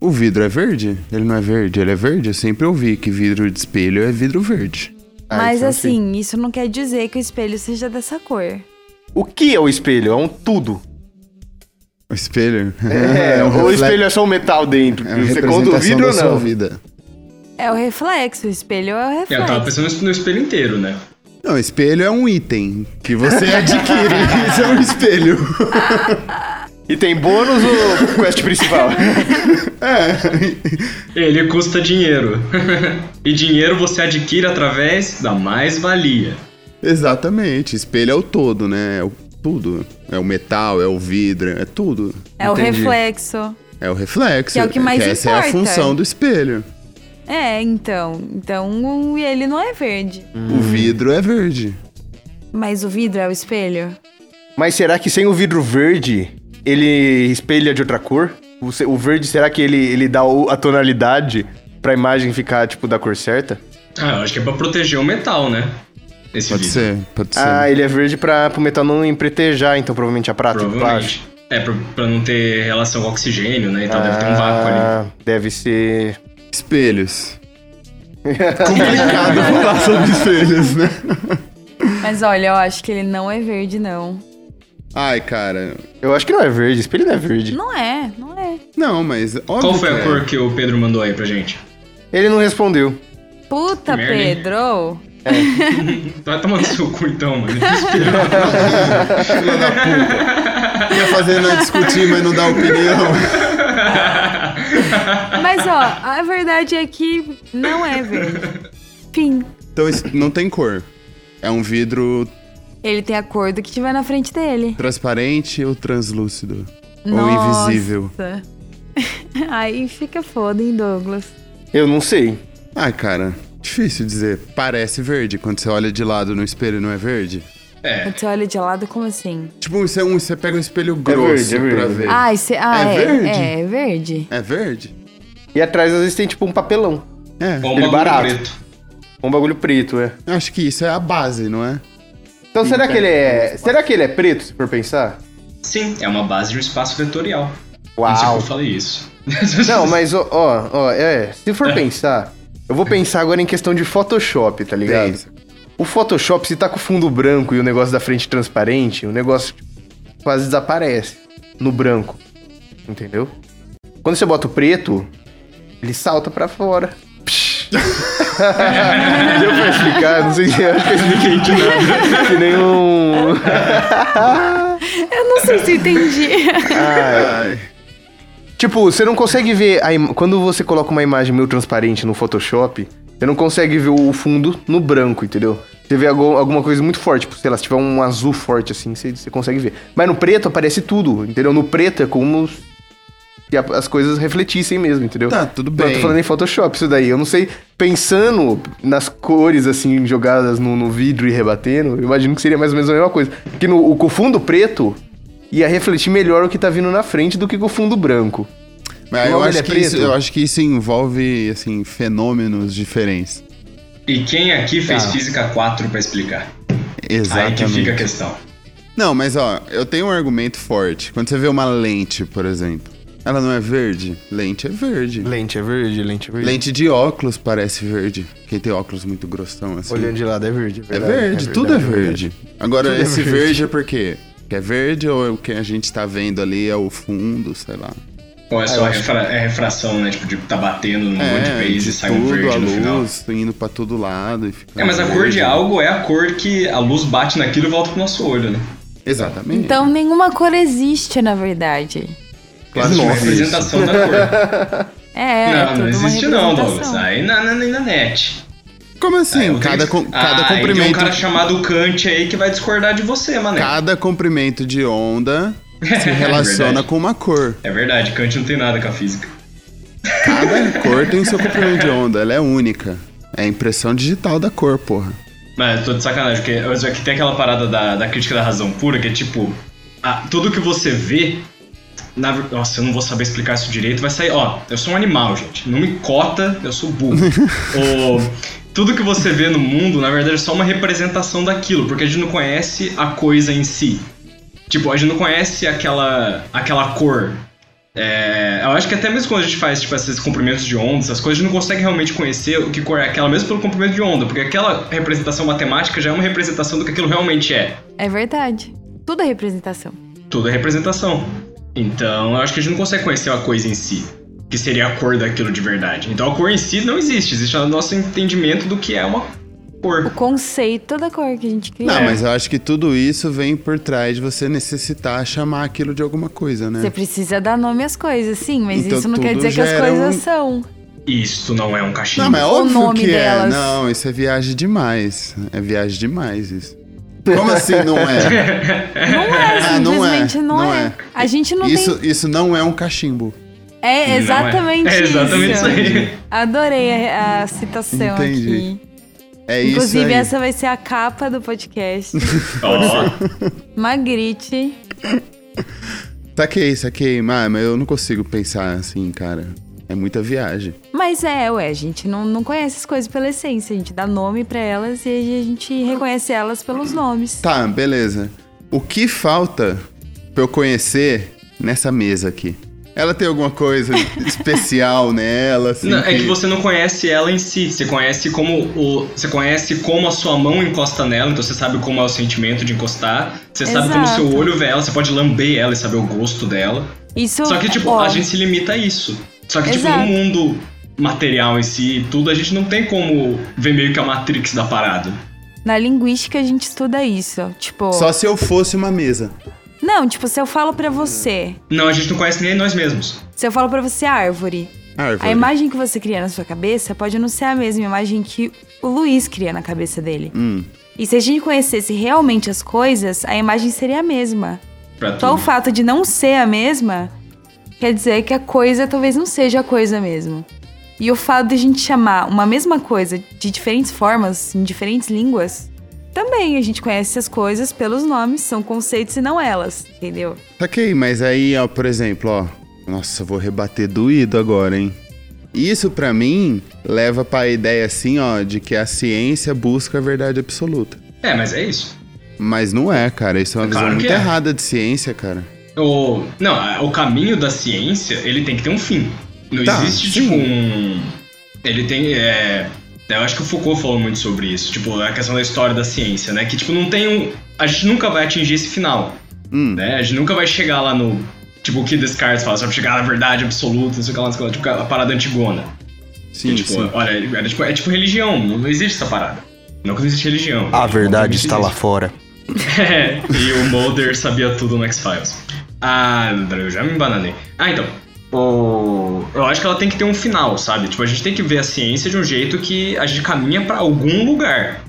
S4: O vidro é verde? Ele não é verde, ele é verde. Eu sempre ouvi que vidro de espelho é vidro verde.
S1: Ah,
S2: Mas
S1: isso eu não sei.
S2: assim, isso não quer dizer que o espelho seja dessa cor.
S1: O que é o espelho? É um tudo.
S4: O espelho?
S1: É,
S4: um
S1: ou o
S4: refle-
S1: espelho é só o metal dentro.
S4: é uma
S1: você conta o
S4: representação
S1: vidro
S4: da
S1: ou
S4: sua
S1: não?
S4: vida.
S2: É o reflexo, o espelho é o
S3: Eu tava
S2: reflexo.
S3: pensando no espelho inteiro, né?
S4: Não, espelho é um item que você adquire. Isso é um espelho.
S1: E tem bônus ou quest principal? É.
S3: Ele custa dinheiro. e dinheiro você adquire através da mais-valia.
S4: Exatamente. Espelho é o todo, né? É o tudo. É o metal, é o vidro, é tudo.
S2: É o
S1: Entendi.
S2: reflexo.
S4: É o reflexo.
S2: Que é o que mais
S4: Essa é a
S2: importa.
S4: função do espelho.
S2: É, então. Então ele não é verde.
S1: Hum.
S4: O vidro é verde.
S2: Mas o vidro é o espelho?
S1: Mas será que sem o vidro verde, ele espelha de outra cor? O, se- o verde, será que ele, ele dá o- a tonalidade pra imagem ficar, tipo, da cor certa?
S3: Ah, eu acho que é pra proteger o metal, né? Esse
S4: Pode
S3: vidro.
S4: ser, pode ser.
S1: Ah, ele é verde pra, pro metal não empretejar, então provavelmente a prata do plástico.
S3: Provavelmente. É, pra, pra não ter relação com oxigênio, né? Então deve ter um vácuo ali.
S1: Ah, Deve ser.
S4: Espelhos. Complicado falar sobre espelhos, né?
S2: Mas olha, eu acho que ele não é verde, não.
S4: Ai, cara.
S1: Eu acho que não é verde, espelho não é verde.
S2: Não é, não é.
S4: Não, mas óbvio
S3: Qual foi
S4: que
S3: a
S4: é.
S3: cor que o Pedro mandou aí pra gente?
S1: Ele não respondeu.
S2: Puta,
S3: Merda, hein?
S2: Pedro!
S3: Vai tomar no seu cu então, mano.
S4: Filha da puta. Ia fazer não discutir, mas não dar opinião.
S2: Mas ó, a verdade é que não é verde. Fim.
S4: Então isso não tem cor. É um vidro
S2: Ele tem a cor do que tiver na frente dele.
S4: transparente ou translúcido? Ou
S2: Nossa.
S4: invisível?
S2: Aí fica foda, hein, Douglas?
S1: Eu não sei.
S4: Ai, Ah, cara, difícil dizer. Parece verde. Quando você olha de lado no espelho, não é verde?
S3: É.
S2: Quando você olha de lado, como assim?
S4: Tipo, você, um, você pega um espelho grosso
S1: verde, é verde.
S4: pra ver.
S2: Ah, esse, ah
S4: É
S2: é,
S4: verde?
S2: é, é verde.
S4: É verde?
S1: E atrás, às vezes, tem, tipo, um papelão.
S3: Ou um
S4: É.
S1: Ele
S3: bagulho
S1: barato.
S3: preto.
S1: Um bagulho preto, é.
S4: Acho que isso é a base, não é?
S1: Então, será que ele é. Será que ele é preto, se for pensar?
S3: Sim, é uma base de um espaço vetorial. Não sei
S1: Uau.
S3: como eu falei isso.
S1: Não, mas ó, ó, ó, é, se for pensar, eu vou pensar agora em questão de Photoshop, tá ligado?
S4: Pensa.
S1: O Photoshop, se tá com o fundo branco e o negócio da frente transparente, o negócio tipo, quase desaparece no branco. Entendeu? Quando você bota o preto, ele salta pra fora. Psh. Deu pra explicar? Não sei se eu acho que eu expliquei de nada. Que nem um.
S2: Eu não sei se eu entendi.
S4: Ai.
S1: Tipo, você não consegue ver. a im- Quando você coloca uma imagem meio transparente no Photoshop, você não consegue ver o fundo no branco, entendeu? Você vê algu- alguma coisa muito forte, tipo, sei lá, se tiver um azul forte assim, você, você consegue ver. Mas no preto aparece tudo, entendeu? No preto é como se a- as coisas refletissem mesmo, entendeu?
S4: Tá, tudo
S1: Não, Eu
S4: bem.
S1: tô falando em Photoshop isso daí. Eu não sei, pensando nas cores, assim, jogadas no, no vidro e rebatendo, eu imagino que seria mais ou menos a mesma coisa. Que no, o, com o fundo preto ia refletir melhor o que tá vindo na frente do que com o fundo branco.
S4: Mas eu
S1: Logo ele
S4: acho,
S1: é
S4: que isso,
S1: preto?
S4: eu acho que isso envolve, assim, fenômenos diferentes.
S3: E quem aqui fez física 4 pra explicar? Aí que fica a
S4: Exatamente.
S3: questão.
S4: Não, mas ó, eu tenho um argumento forte. Quando você vê uma lente, por exemplo, ela não é verde? Lente é verde.
S1: Lente é verde, lente é verde.
S4: Lente de óculos parece verde. Quem tem óculos muito grossão, assim.
S1: Olhando de lado é verde.
S4: É verde, tudo é verde. Agora, esse verde. é por quê? Que é verde ou é o que a gente tá vendo ali é o fundo, sei lá.
S3: Ou é
S1: eu
S3: só
S1: acho
S3: refra- é refração, né? Tipo, de tá batendo num monte de vez e sai um
S4: É, tudo,
S3: verde
S4: a
S3: no final.
S4: luz, tá indo pra todo lado e fica
S3: É, mas a cor
S4: verde.
S3: de algo é a cor que a luz bate naquilo e volta pro nosso olho, né?
S4: Exatamente.
S2: Então nenhuma cor existe, na verdade.
S4: Claro
S3: Existe uma
S4: que não existe.
S3: representação da cor.
S2: É, é
S3: não,
S2: tudo
S3: não
S2: uma
S3: existe não, Douglas.
S2: representação.
S3: Aí na, na, na net.
S4: Como assim?
S3: Aí É, eu
S4: cada
S3: tenho-
S4: com- cada
S3: Ah, aí Tem um
S4: comprimento
S3: cara chamado Kant aí que vai discordar de você, mané.
S4: cada comprimento de onda se
S3: É
S4: relaciona
S3: verdade.
S4: com uma cor.
S3: É verdade, Kant não tem nada com a física.
S4: Cada cor tem seu comprimento de onda, ela é única. É a impressão digital da cor, porra.
S3: Mas eu tô de sacanagem, porque eu acho que tem aquela parada da, da crítica da razão pura, que é tipo, a- tudo que você vê. na ver- nossa, eu não vou saber explicar isso direito, vai sair. Ó, eu sou um animal, gente. Não me cota, eu sou burro. Ou, tudo que você vê no mundo, na verdade, é só uma representação daquilo, porque a gente não conhece a coisa em si. Tipo, a gente não conhece aquela, aquela cor. É, eu acho que até mesmo quando a gente faz tipo, esses comprimentos de onda, essas coisas, a gente não consegue realmente conhecer o que cor é aquela, mesmo pelo comprimento de onda, porque aquela representação matemática já é uma representação do que aquilo realmente é.
S2: É verdade. Tudo é representação.
S3: Tudo é representação. Então, eu acho que a gente não consegue conhecer uma coisa em si, que seria a cor daquilo de verdade. Então, a cor em si não existe, existe o nosso entendimento do que é uma
S2: O
S3: cor.
S2: conceito da cor que a gente cria.
S4: Não, mas né? eu acho que tudo isso vem por trás de você necessitar chamar aquilo de alguma coisa, né?
S2: Você precisa dar nome às coisas, sim, mas
S4: Então
S2: isso não quer
S4: tudo
S2: dizer que as
S4: gera
S2: coisas
S4: um-
S2: são.
S3: Isso não é um cachimbo.
S4: Não, mas é
S2: O
S4: óbvio
S2: nome
S4: que é.
S2: delas.
S4: Não, isso é viagem demais. É viagem demais isso. Como assim não é?
S2: Não é,
S4: Ah, não é,
S2: simplesmente não,
S4: não
S2: é.
S4: é.
S2: A gente não
S4: Isso, isso não é um cachimbo.
S2: tem. É exatamente,
S3: Não é. É exatamente
S2: isso.
S3: isso aí.
S2: Adorei a, a citação
S4: Entendi.
S2: aqui.
S4: É isso.
S2: Inclusive,
S4: aí.
S2: essa vai ser a capa do podcast.
S4: um
S3: Ó,
S2: Magritte.
S4: Saquei, saquei. Mas mas eu não consigo pensar assim, cara. É muita viagem.
S2: Mas é, ué, a gente não, não conhece as coisas pela essência, a gente dá nome pra elas e aí a gente reconhece elas pelos nomes.
S4: Tá, beleza. O que falta pra eu conhecer nessa mesa aqui? Ela tem alguma coisa especial nela? Assim,
S3: não, é que você não conhece ela em si, você conhece como o, você conhece como a sua mão encosta nela, então você sabe como é o sentimento de encostar, você sabe como o seu
S2: Exato.
S3: olho vê ela, você pode lamber ela e saber o gosto dela.
S2: Isso
S3: Só que, tipo,
S2: ó,
S3: a gente se limita a isso. Só que, tipo,
S2: Exato.
S3: no mundo material em si e tudo, a gente não tem como ver meio que a Matrix da parada.
S2: na linguística a gente estuda isso, tipo,
S4: Só se eu fosse uma mesa.
S2: não, tipo, se eu falo pra você,
S3: Não, a gente não conhece nem nós mesmos.
S2: se eu falo pra você árvore,
S4: Árvore.
S2: a imagem que você cria na sua cabeça pode não ser a mesma imagem que o Luiz cria na cabeça dele.
S4: Hum.
S2: E se a gente conhecesse realmente as coisas, a imagem seria a mesma.
S3: Pra
S2: Só o
S3: tudo.
S2: fato de não ser a mesma quer dizer que a coisa talvez não seja a coisa mesmo. E o fato de a gente chamar uma mesma coisa de diferentes formas, em diferentes línguas, também a gente conhece as coisas pelos nomes, são conceitos e não elas, entendeu?
S4: Saquei, Tá mas aí, ó, por exemplo, ó. Nossa, eu vou rebater doído agora, hein? Isso pra mim leva pra ideia assim, ó, de que a ciência busca a verdade absoluta.
S3: É, mas é isso.
S4: Mas não é, cara. Isso é uma
S3: Claro
S4: visão
S3: que
S4: muito
S3: é.
S4: errada de ciência, cara.
S3: O, não, a- o caminho da ciência, ele tem que ter um fim. Não
S4: Tá,
S3: existe,
S4: sim.
S3: tipo, um... Ele tem, é... Eu acho que o Foucault falou muito sobre isso, tipo, a questão da história da ciência, né? Que, tipo, não tem um... A gente nunca vai atingir esse final,
S4: Hum.
S3: né? A gente nunca vai chegar lá no... Tipo, o que Descartes fala, sabe? Chegar na verdade absoluta, não sei o que lá, não sei o que lá, tipo, a parada antigona.
S4: Sim,
S3: E, tipo,
S4: sim.
S3: olha, era tipo- é tipo religião, não não existe essa parada. Não que não existe religião. Obviamente existe.
S1: fora.
S3: É, e o Mulder sabia tudo no X-Files. Ah, eu já me embananei. Ah, então. o- Eu acho que ela tem que ter um final, sabe? Tipo, a gente tem que ver a ciência de um jeito que a gente caminha pra algum lugar.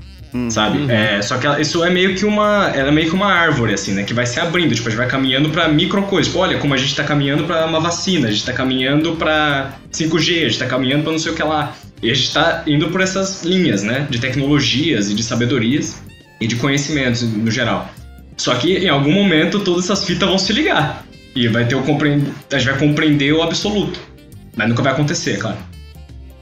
S3: Sabe? É, só que ela- isso é meio que uma. Ela é meio que uma árvore, assim, né? Que vai se abrindo. Tipo, a gente vai caminhando pra micro coisas. Tipo, olha, como a gente tá caminhando pra uma vacina, a gente tá caminhando pra 5G, a gente tá caminhando pra não sei o que lá. E a gente tá indo por essas linhas, né? De tecnologias e de sabedorias e de conhecimentos no geral. Só que em algum momento todas essas fitas vão se ligar. E vai ter o compreender. A gente vai compreender o absoluto. Mas nunca vai acontecer, claro.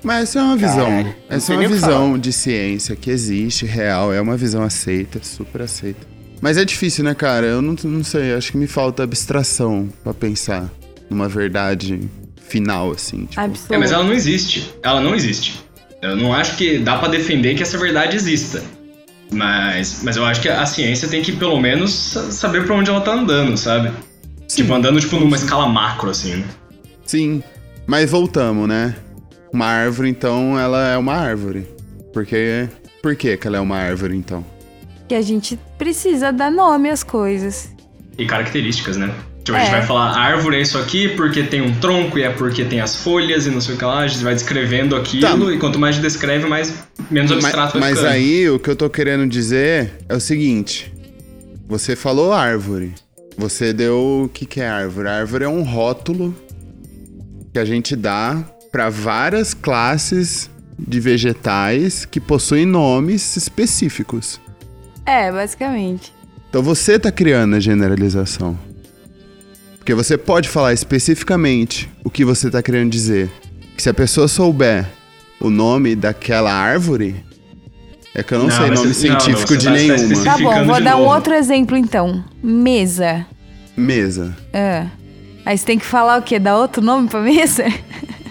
S4: Mas essa é uma visão.
S1: Caralho, não
S4: essa
S1: sei
S4: é
S1: nem
S4: uma
S1: o que
S4: visão de ciência que existe, real. É uma visão aceita, super aceita. Mas é difícil, né, cara? Eu não, não sei. Acho que me falta abstração pra pensar numa verdade final, assim. tipo.
S2: Absoluto.
S3: É, mas ela não existe. Ela não existe. Eu não acho que dá pra defender que essa verdade exista. Mas, mas eu acho que a ciência tem que, pelo menos, sa- saber pra onde ela tá andando, sabe? Tipo, andando tipo, numa escala macro, assim, né?
S4: Sim. Mas voltamos, né? Uma árvore, então, ela é uma árvore. Porque. Por que, que ela é uma árvore, então?
S3: um
S2: Que a gente precisa dar nome às coisas.
S3: E características, né? Tipo, a gente
S2: É.
S3: vai falar a árvore é isso aqui porque tem um tronco e é porque tem as folhas e não sei o que lá. A gente vai descrevendo aquilo e quanto mais a gente descreve, mais menos abstrato vai
S4: mas
S3: ficando.
S4: aí o que eu tô querendo dizer é o seguinte: você falou árvore. Você deu o que, que é árvore? Árvore é um rótulo que a gente dá pra várias classes de vegetais que possuem nomes específicos.
S2: É, basicamente.
S4: Então você tá criando a generalização. Porque você pode falar especificamente o que você tá querendo dizer. Que se a pessoa souber o nome daquela árvore, é que eu não,
S3: Não,
S4: sei
S3: mas
S4: nome
S3: você- não, não,
S4: científico
S3: você
S4: de
S3: tá- tá
S4: nenhuma.
S3: especificando.
S2: Tá bom,
S3: Ficando
S2: vou
S3: de
S2: dar um
S3: novo.
S2: outro exemplo então. Mesa.
S4: Mesa.
S2: Ah. Aí você tem que falar o quê? Dar outro nome pra mesa?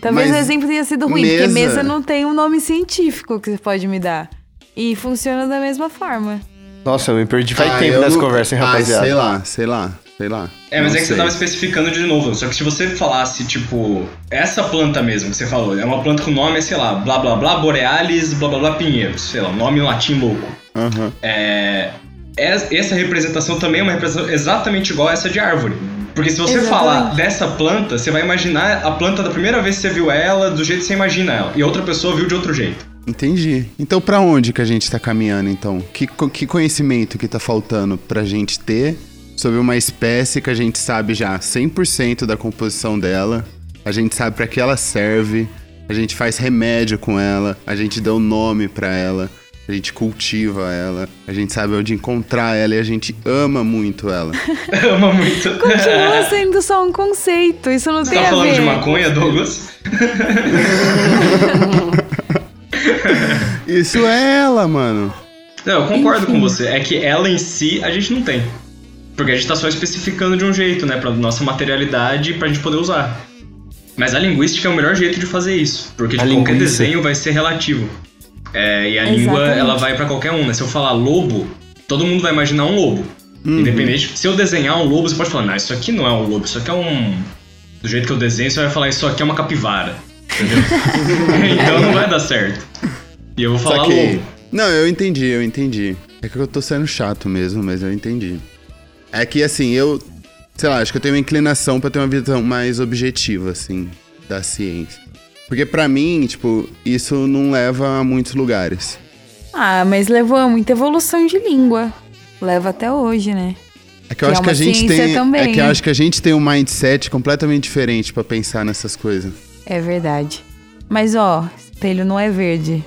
S2: Talvez
S4: Mas
S2: o exemplo tenha sido ruim, porque
S4: mesa-
S2: mesa não tem um nome científico que você pode me dar. E funciona da mesma forma.
S1: Nossa, eu me perdi faz
S4: Ah,
S1: tempo
S4: eu
S1: nessa
S4: não-
S1: conversa, hein,
S4: Ah,
S1: rapaziada.
S4: sei lá, sei lá, sei sei lá.
S3: É, mas
S4: Não
S3: é que você
S4: sei.
S3: tava especificando de novo. Só que se você falasse, tipo, essa planta mesmo que você falou, é uma planta com nome, sei lá, blá blá blá borealis, blá blá blá pinheiros, sei lá, nome em latim louco.
S4: Aham.
S3: É, es- essa representação também é uma representação exatamente igual a essa de árvore. Porque se você
S2: Exatamente.
S3: falar dessa planta, você vai imaginar a planta da primeira vez que você viu ela, do jeito que você imagina ela. E outra pessoa viu de outro jeito.
S4: Entendi. Então, pra onde que a gente tá caminhando, então? Que, co- que conhecimento que tá faltando pra gente ter sobre uma espécie que a gente sabe já 100% da composição dela, a gente sabe pra que ela serve, a gente faz remédio com ela, a gente dá um nome pra ela, a gente cultiva ela, a gente sabe onde encontrar ela e a gente ama muito ela.
S3: Ama É muito.
S2: Continua sendo só um conceito, isso não
S3: Você
S2: tem
S3: tá
S2: a
S3: falando
S2: ver.
S3: de maconha, Douglas?
S4: Isso é ela, mano.
S3: Não, eu concordo com você. É que ela em si a gente não tem. Porque a gente tá só especificando de um jeito, né? Pra nossa materialidade pra gente poder usar. Mas a linguística é o melhor jeito de fazer isso. Porque
S1: A
S3: tipo, qualquer
S1: linguiça.
S3: desenho vai ser relativo. É, e a língua,
S2: Exatamente.
S3: ela vai pra qualquer um, né? Se eu falar lobo, todo mundo vai imaginar um lobo. Independente. Se eu desenhar um lobo, você pode falar, não, isso aqui não é um lobo, isso aqui é um. Do jeito que eu desenho, você vai falar, isso aqui é uma capivara. Entendeu? então não vai dar certo. E eu vou falar
S4: Saquei.
S3: lobo.
S4: Não, eu entendi, eu entendi. É que eu tô sendo chato mesmo, mas eu entendi. É que assim, eu. Sei lá, acho que eu tenho uma inclinação pra ter uma visão mais objetiva, assim, da ciência. Porque pra mim, tipo, isso não leva a muitos lugares.
S2: Ah, mas levou a muita evolução de língua. Leva até hoje, né?
S4: É que eu
S2: Que
S4: acho
S2: é
S4: que a
S2: uma
S4: gente
S2: ciência
S4: tem.
S2: também,
S4: É que eu
S2: né?
S4: acho que a gente tem um mindset completamente diferente pra pensar nessas coisas.
S2: É verdade. Mas ó, espelho não é verde.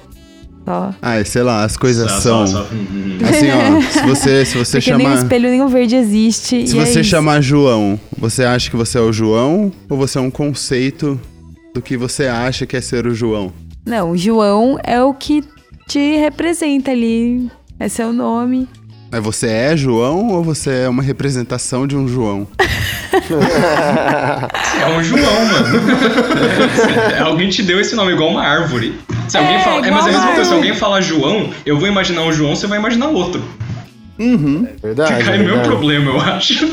S2: Só.
S4: Ah, sei lá, as coisas
S3: Só-
S4: são.
S3: só- só- Hum, hum.
S4: Assim, ó, se você, se você
S2: Porque nem o
S4: chamar.
S2: espelho nem o verde existe.
S4: Se
S2: e é
S4: você
S2: isso.
S4: chamar João, você acha que você é o João ou você é um conceito do que você acha que é ser o João?
S2: Não, o João é o que te representa ali. É seu nome.
S4: Mas você é João ou você é uma representação de um João?
S3: É um João, mano. É, alguém te deu esse nome igual uma árvore. Se alguém
S2: É,
S3: fala, é,
S2: igual
S3: mas é a
S2: uma
S3: mesma coisa, se
S2: árvore.
S3: alguém falar João, eu vou imaginar um João, você vai imaginar outro.
S1: é
S4: Ah, é
S1: Verdade.
S3: Fica aí meu
S1: verdade.
S3: problema, eu acho.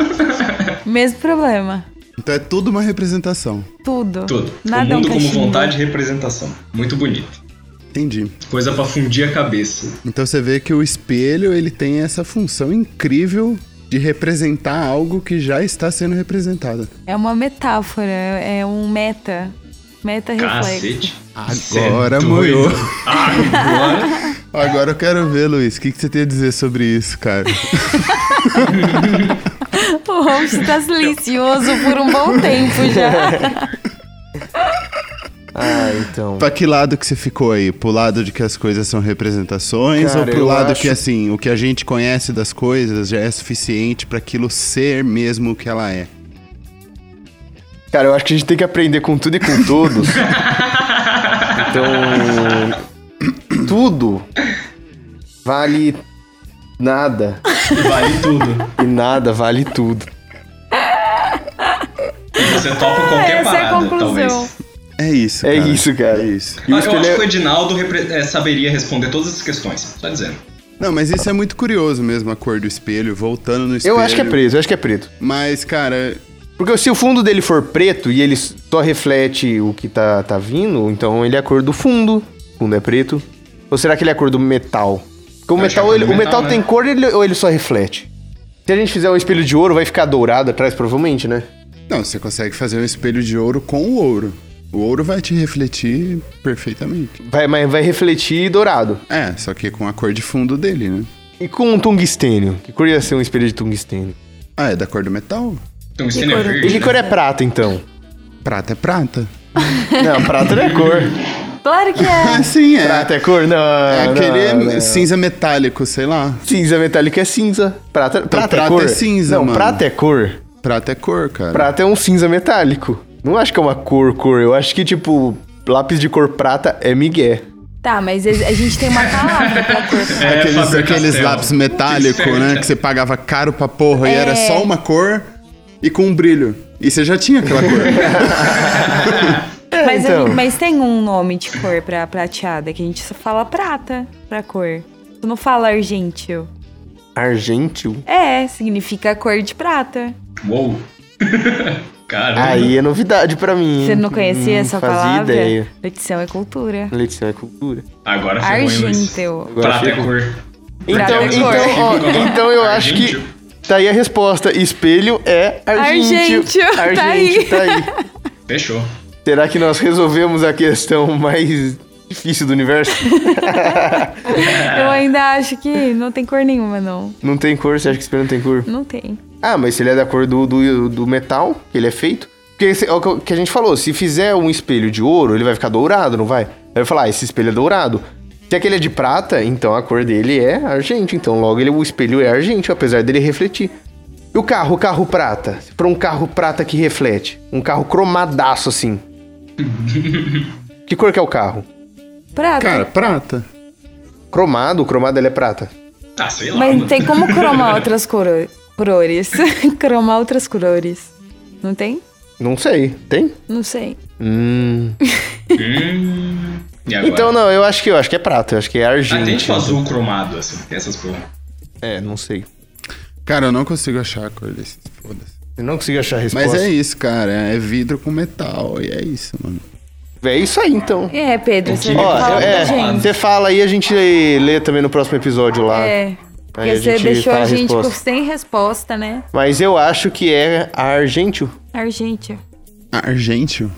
S2: Mesmo problema.
S4: Então é tudo uma representação.
S2: Tudo.
S3: Tudo.
S2: Nada
S3: o
S2: é um
S3: mundo como
S2: cachimbo.
S3: vontade e representação. Muito bonito.
S4: Entendi.
S3: Coisa pra fundir a cabeça.
S4: Então você vê que o espelho ele tem essa função incrível de representar algo que já está sendo representado.
S2: É uma metáfora, é um meta. Meta reflexo.
S3: Cacete.
S4: Agora
S3: Cê é
S4: moiou.
S3: doido. Agora.
S4: Agora eu quero ver, Luiz, o que, que você tem a dizer sobre isso, cara?
S2: O host tá silencioso por um bom tempo já.
S1: Ah, então.
S4: Pra que lado que você ficou aí? Pro lado de que as coisas são representações
S1: Cara,
S4: ou pro
S1: eu
S4: lado
S1: acho-
S4: que, assim, o que a gente conhece das coisas já é suficiente pra aquilo ser mesmo o que ela é?
S1: Cara, eu acho que a gente tem que aprender com tudo e com todos. então. Tudo vale nada.
S3: E vale tudo.
S1: E nada vale tudo.
S3: E você topa qualquer
S2: Essa é a
S3: parada,
S2: conclusão.
S3: talvez.
S4: É isso,
S1: É
S4: cara.
S1: isso, cara.
S4: É isso.
S1: E o
S3: Ah, eu
S1: espelho
S3: acho
S1: é-
S3: que o Edinaldo repre- eh, saberia responder todas as questões. Só dizendo.
S4: Não, mas isso é muito curioso mesmo, a cor do espelho, voltando no espelho.
S1: Eu acho que é preto, eu acho que é preto.
S4: Mas, cara,
S1: Porque se o fundo dele for preto e ele só reflete o que tá, tá vindo, então ele é a cor do fundo. O fundo é preto. Ou será que ele é a cor do metal? Porque o
S3: Eu acho que
S1: metal,
S3: é a cor
S1: ele-
S3: do
S1: o
S3: metal,
S1: metal
S3: né?
S1: tem cor ele- ou ele só reflete? Se a gente fizer um espelho de ouro, vai ficar dourado atrás, provavelmente, né?
S4: não, você consegue fazer um espelho de ouro com o ouro. O ouro vai te refletir perfeitamente.
S1: Vai, mas vai refletir dourado.
S4: É, só que com a cor de fundo dele, né?
S1: E com um tungstênio? Que cor ia ser um espelho de tungstênio?
S4: Ah, é da cor do metal?
S3: Então, isso é
S1: E
S3: verde.
S1: que
S3: né?
S1: cor é prata, então?
S4: Prata é prata.
S1: Não, prata não é cor.
S2: Claro que é.
S4: Ah, sim, é.
S1: Prata é né? cor? Não.
S4: É aquele
S1: não, não.
S4: cinza metálico, sei lá.
S1: Cinza metálico é cinza. Prata, prata, é
S4: prata
S1: cor.
S4: é cinza,
S1: Não,
S4: mano.
S1: prata é cor.
S4: Prata é cor, cara.
S1: Prata é um cinza metálico. Não acho que é uma cor, cor. Eu acho que, tipo, lápis de cor prata é migué.
S2: Tá, mas a gente tem uma palavra pra cor.
S3: É,
S4: Aqueles,
S3: Faber
S4: aqueles
S3: Castell.
S4: lápis metálicos,
S3: Esperta.
S4: né? Que você pagava caro pra porra e
S2: É.
S4: era só uma cor e com um brilho. E você já tinha aquela cor.
S2: Mas, a
S1: então.
S2: gente- mas tem um nome de cor pra prateada, que a gente só fala prata pra cor. Tu não fala argêntio.
S1: Argêntio?
S2: É, significa cor de prata.
S3: Uou! Caramba!
S1: Aí é novidade pra mim. hein?
S2: Você não conhecia
S1: Não
S2: essa
S1: Hum, fazia
S2: palavra?
S1: ideia.
S2: Letição é cultura.
S1: Letícia é cultura.
S3: Agora ferrou, hein, Luiz?
S2: Argenteu.
S1: Agora
S3: Prata é
S1: chegou.
S3: cor.
S1: Então,
S2: Prata é
S1: então,
S2: cor.
S1: ó, então eu acho que
S3: Argêntio.
S1: tá aí a resposta. Espelho é argêntio.
S2: Argêntio, tá aí.
S1: tá aí.
S3: Fechou.
S1: Será que nós resolvemos a questão mais difícil do universo?
S2: Eu ainda acho que não tem cor nenhuma, não.
S1: Não tem cor, você acha que espelho não tem cor?
S2: Não tem.
S1: Ah, mas se ele é da cor do, do, do metal, que ele é feito. Porque se- é o que eu- que a gente falou, se fizer um espelho de ouro, ele vai ficar dourado, não vai? Aí vai falar, ah, esse espelho é dourado. Se aquele é de prata, então a cor dele é argente. Então logo ele, o espelho é argente, apesar dele refletir. E o carro, o carro prata? Se for um carro prata que reflete, um carro cromadaço assim. que cor que é o carro?
S2: Prata.
S4: Cara, prata.
S1: Cromado, o cromado ele é prata.
S3: Ah, sei lá.
S2: Mas
S3: mano.
S2: não tem como cromar outras coro- cores. cromar outras cores. Não tem?
S1: Não sei, tem?
S2: Não sei.
S1: Hum.
S3: Hum, e agora?
S1: Então não, eu acho que eu acho que é prata, eu acho que é
S3: ah, tem
S1: argente.
S3: tipo azul cromado, assim. Tem essas porra.
S1: É, não sei.
S4: Cara, eu não consigo achar a cor desses. Foda-se.
S1: Eu não consigo achar a resposta.
S4: Mas é isso, cara. É vidro com metal. E é isso, mano.
S1: É isso aí, então.
S2: É, Pedro, você
S3: Ó,
S2: fala pra
S1: é,
S2: gente.
S1: você fala aí, a gente lê também no próximo episódio lá.
S2: É.
S1: Ah. Aí
S2: Porque
S1: a
S2: você
S1: gente
S2: deixou
S1: fala
S2: a
S1: a
S2: gente
S1: resposta.
S2: por sem resposta, né?
S1: Mas eu acho que é argentio.
S2: Argêntia.
S4: Argêntio?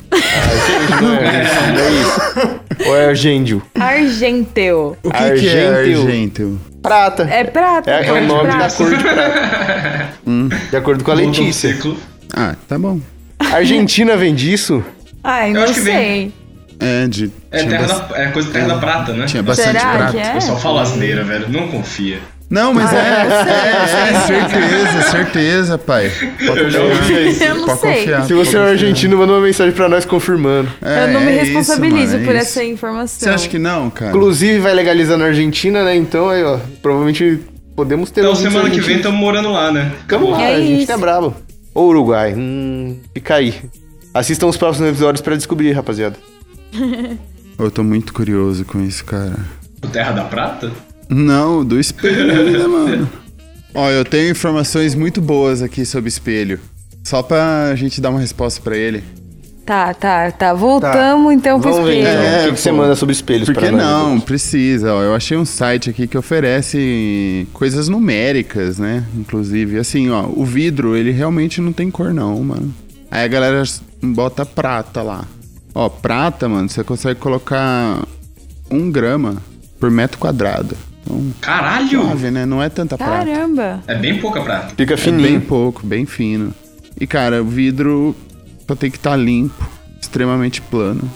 S1: Não é argentio, é isso. Ou é argêndio?
S2: Argenteu.
S4: O que, que é
S1: Argêntio.
S4: argêntio?
S1: Prata.
S2: É prata.
S1: É- é
S2: cor
S1: o
S2: de
S1: nome da
S2: prata.
S1: cor de prata. Hum. De acordo com a
S3: Voltou pro
S1: Letícia.
S3: ciclo.
S4: Ah, tá bom.
S1: A Argentina vem disso?
S2: Ai,
S3: Eu
S2: não
S3: acho que
S2: sei.
S3: vem.
S4: É, de.
S3: É,
S4: tinha
S3: terra
S4: bas-
S3: da, é coisa terra da prata, né?
S4: Tinha bastante
S2: Será
S4: prata.
S2: que é? Ah,
S3: O pessoal fala asneira, velho. Não confia.
S4: Não, mas é, é, é, certeza, certeza, pai.
S3: Eu já ouvi isso.
S2: Eu não
S1: Se
S2: sei.
S1: você é
S4: pode confiar.
S1: argentino, manda uma mensagem pra nós confirmando.
S4: É,
S2: eu não me
S4: é isso,
S2: responsabilizo
S4: mano, é
S2: por
S4: isso.
S2: essa informação.
S4: Você acha que não, cara?
S1: Inclusive, vai legalizar na Argentina, né? Então, aí, ó, provavelmente podemos ter...
S3: Então
S1: ouvintes
S3: semana que vem
S1: argentinos.
S3: estamos morando lá, né?
S1: Ficamos lá,
S2: É
S1: a gente
S2: isso.
S1: é brabo. Ou Uruguai, hum, fica aí. Assistam os próximos episódios pra descobrir, rapaziada.
S4: Eu tô muito curioso com isso, cara.
S1: é?
S3: O Terra da Prata?
S4: Não, do espelho ainda, mano. Ó, eu tenho informações muito boas aqui sobre espelho. Só pra gente dar uma resposta pra ele.
S2: Tá, tá, tá. Voltamos então pro
S1: Vamos ver
S2: espelho.
S1: então,
S4: É,
S1: o que, que você
S4: pô.
S1: manda sobre espelhos
S4: Por
S1: pra
S4: que
S1: nós?
S4: não? Precisa. Ó, eu achei um site aqui que oferece coisas numéricas, né? Inclusive, assim, ó, o vidro, ele realmente não tem cor não, mano. Aí a galera s- bota prata lá. Ó, prata, mano, você consegue colocar um grama por metro quadrado. Então,
S3: Caralho!
S4: suave, né? Não é tanta prata.
S2: Caramba.
S3: É bem pouca prata.
S1: Fica
S4: É bem
S1: fininho.
S4: pouco, bem fino. E, cara, o vidro só tem que estar limpo, extremamente plano.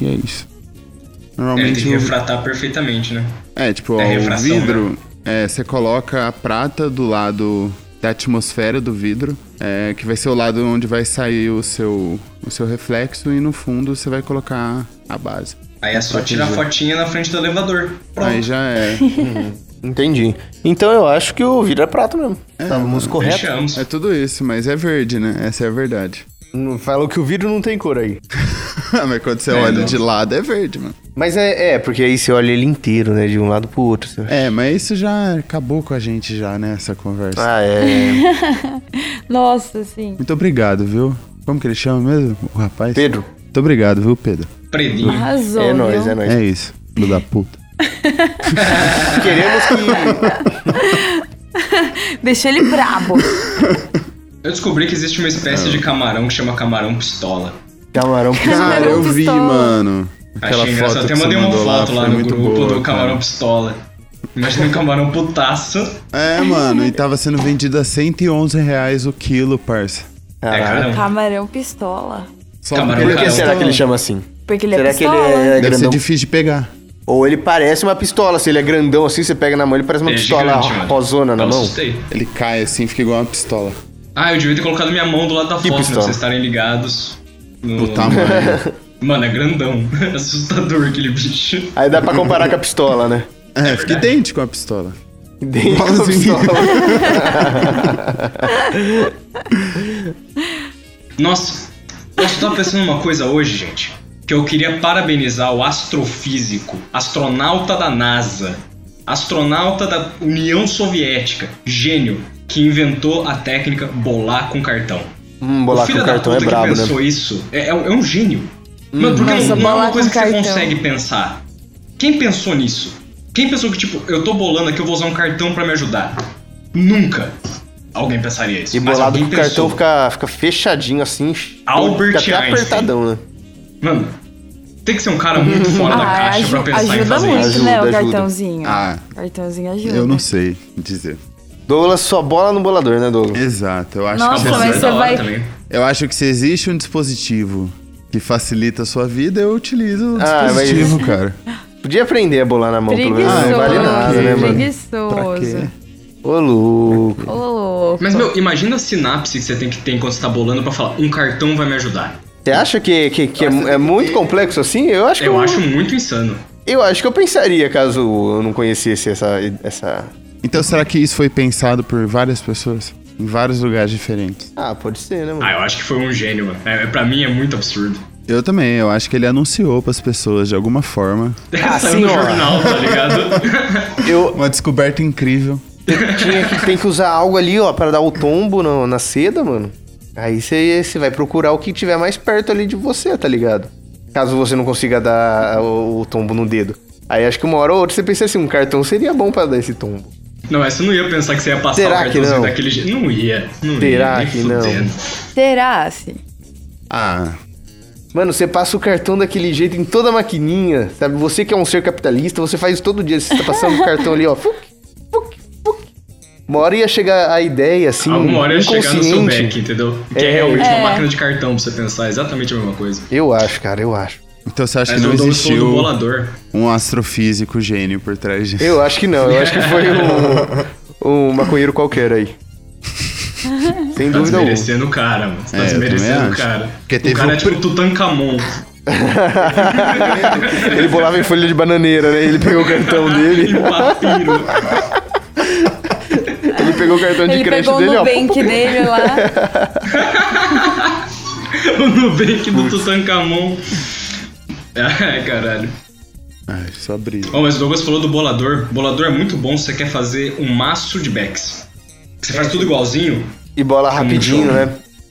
S4: E é isso.
S3: É, ele tem
S4: Normalmente.
S3: que
S4: o-
S3: refratar perfeitamente, né?
S4: É, tipo, ó,
S3: É
S4: o
S3: refração, né?
S4: vidro, é, você coloca a prata do lado da atmosfera do vidro, é, que vai ser o lado onde vai sair o seu, o seu reflexo, e no fundo você vai colocar a base.
S3: Aí é só tirar a fotinha na frente do elevador. Pronto.
S4: Aí já é.
S1: Entendi. Então eu acho que o vidro é prato mesmo. Estávamos corretos.
S3: Fechamos.
S4: é tudo isso, mas é verde, né? Essa é a verdade.
S1: Não Falou que o vidro não tem cor aí.
S4: mas quando você
S3: É,
S4: olha
S3: não.
S4: de lado, é verde, mano.
S1: Mas é, é, porque aí você olha ele inteiro, né? De um lado pro outro. você-
S4: É, mas isso já acabou com a gente já, né, essa conversa.
S1: Ah, é.
S2: Nossa, assim, sim.
S4: Muito obrigado, viu? Como que ele chama mesmo? O rapaz?
S1: Pedro.
S4: Muito obrigado, viu, Pedro?
S3: Predinho.
S2: Arrasou.
S1: é
S2: viu?
S1: nóis, é nóis.
S4: É isso, filho da puta.
S1: Queremos que.
S2: Deixa ele brabo.
S3: Eu descobri que existe uma
S4: É.
S3: espécie de camarão que chama camarão pistola.
S1: Camarão
S4: Cara, eu vi,
S2: pistola.
S4: mano. Aquela
S3: Achei
S4: foto
S3: engraçado.
S4: que
S3: Até
S4: você
S3: mandei uma
S4: mandou
S3: foto lá,
S4: foi
S3: no
S4: muito
S3: grupo
S4: boa,
S3: do camarão
S4: cara.
S3: pistola. Imagina um camarão putaço.
S4: É, mano, e tava sendo vendido a 111 reais o quilo, parça.
S3: É,
S1: Caralho.
S3: caramba.
S2: Camarão pistola.
S4: Só
S3: Camarão
S1: Por
S4: porque
S1: que
S4: eles
S1: será
S4: é tão-
S1: que ele chama assim?
S2: Porque ele
S1: Será
S2: é
S1: que
S2: pistola.
S1: ele é
S4: Deve ser
S1: grandão?
S4: difícil de pegar.
S1: Ou ele parece uma pistola. Se ele é grandão assim, você pega na mão, ele parece uma
S3: É
S1: pistola
S3: gigante, mano. Tá
S1: rosona na
S3: Eu
S1: mão.
S3: assustei.
S4: Ele cai assim, fica igual uma pistola.
S3: Ah, eu devia ter colocado minha mão do lado da
S1: Que
S3: foto, né, pra
S1: pistola?
S3: vocês estarem ligados. No...
S4: O tamanho.
S3: Mano, é grandão. Assustador aquele bicho.
S1: Aí dá pra comparar com a pistola, né?
S4: é, fica idêntico a uma pistola.
S1: Idêntico à
S4: Igualzinho.
S1: pistola.
S3: Nossa, eu tava pensando numa coisa hoje, gente. Que eu queria parabenizar o astrofísico, astronauta da NASA, astronauta da União Soviética, gênio, que inventou a técnica bolar com cartão.
S1: Hum, bolar
S3: o filho
S1: com
S3: da
S1: cartão é
S3: puta
S1: brabo,
S3: que
S1: né?
S3: pensou isso é, é um é um gênio. Mano, porque
S2: Uhum. Nossa,
S3: não, não é
S2: bolar
S3: uma
S2: com
S3: coisa que
S2: cartão.
S3: você consegue pensar. Quem pensou nisso? Quem pensou que, tipo, eu tô bolando aqui, eu vou usar um cartão pra me ajudar? Nunca alguém pensaria isso.
S1: E
S3: Mas
S1: bolado
S3: alguém
S1: com o cartão
S3: pensou.
S1: fica, fica fechadinho assim.
S3: Albert
S1: fica até
S3: Einstein.
S1: apertadão, né?
S3: Mano, tem que ser um cara muito fora da
S2: Ah,
S3: caixa pra
S2: aju-
S3: pensar em
S2: ajuda
S3: fazer
S2: muito,
S3: isso.
S1: isso.
S2: né?
S1: Ajuda,
S2: O
S1: ajuda.
S2: cartãozinho.
S4: Ah,
S2: O cartãozinho ajuda.
S4: eu não sei dizer.
S1: Douglas só bola no bolador, né, Douglas?
S4: Exato, eu acho
S2: Nossa,
S4: que
S3: Nossa,
S2: mas
S3: é
S2: você
S3: da hora
S2: vai-
S3: também.
S4: Eu acho que se existe um dispositivo que facilita a sua vida, eu utilizo o
S1: Ah, mas-
S4: dispositivo, cara.
S1: Podia aprender a bolar na mão, pelo menos.
S2: Preguiçoso.
S1: Ah, Não vale nada, né, mano?
S4: Pra
S2: Preguiçoso.
S4: quê?
S1: Ô, louco.
S2: Ô, louco.
S3: Mas, meu, imagina a sinapse que você tem que ter enquanto você tá bolando pra falar, um cartão vai me ajudar.
S1: Você acha que, que, que é, é muito complexo assim? Eu acho que
S3: Eu acho muito insano.
S1: eu acho que eu pensaria caso eu não conhecesse essa essa
S4: Então será que isso foi pensado por várias pessoas? Em vários lugares diferentes?
S1: Ah, pode ser, né, mano?
S3: Ah, eu acho que foi um gênio, mano. É, pra mim é muito absurdo.
S4: Eu também, eu acho que ele anunciou pras pessoas de alguma forma.
S1: Ah,
S3: Saiu no
S1: senhora.
S3: jornal, tá ligado?
S1: Eu
S4: Uma descoberta incrível.
S1: tinha que tem que usar algo ali, ó, pra dar o tombo no- na seda, mano. Aí você você vai procurar o que tiver mais perto ali de você, tá ligado? Caso você não consiga dar o, o tombo no dedo. Aí acho que uma hora ou outra você pensa assim, um cartão seria bom pra dar esse tombo.
S3: não, mas você não ia pensar que você ia passar
S1: Será
S3: o
S1: que
S3: cartãozinho
S1: não?
S3: daquele jeito. Não ia. Não
S1: Será
S3: ia, nem
S1: que não?
S3: fudendo.
S2: Será, assim?
S4: Ah,
S1: Mano, você passa o cartão daquele jeito em toda a maquininha, sabe? Você que é um ser capitalista, você faz isso todo dia. Você tá passando o cartão ali, ó. Fuc, fuc, fuc. Uma hora ia chegar a ideia, assim,
S3: Alguma hora ia chegar no seu
S1: inconsciente.
S3: back, entendeu? Que é,
S1: É.
S3: realmente
S2: É.
S3: uma máquina de cartão pra você pensar, é exatamente a mesma coisa.
S1: Eu acho, cara, eu acho.
S4: então você acha
S3: Mas
S4: que não
S3: o Douglas falou do
S4: existiu
S3: bolador.
S4: um astrofísico gênio por trás disso?
S1: Eu acho que não. Eu acho que foi um, um maconheiro qualquer aí. Sem
S3: Tá
S1: dúvida alguma.
S3: desmerecendo o cara, mano. Você tá
S4: um. É, eu também
S3: desmerecendo o
S4: acho.
S3: cara.
S4: Porque
S3: o
S4: teve
S3: cara
S4: um-
S3: é tipo Tutankamon.
S1: Ele bolava em folha de bananeira, né? Ele pegou o cartão
S3: em
S1: dele.
S3: papiro.
S1: Ele pegou o cartão de
S2: Ele
S1: crédito
S2: pegou o
S1: dele, ó.
S2: Nubank dele lá.
S3: o Nubank do Tutankamon. Ai, caralho.
S4: Ai, só brilha.
S3: Bom, mas o Douglas falou do bolador. Bolador é muito bom se você quer fazer um maço de backs. Você faz tudo igualzinho.
S1: E bola rapidinho, né?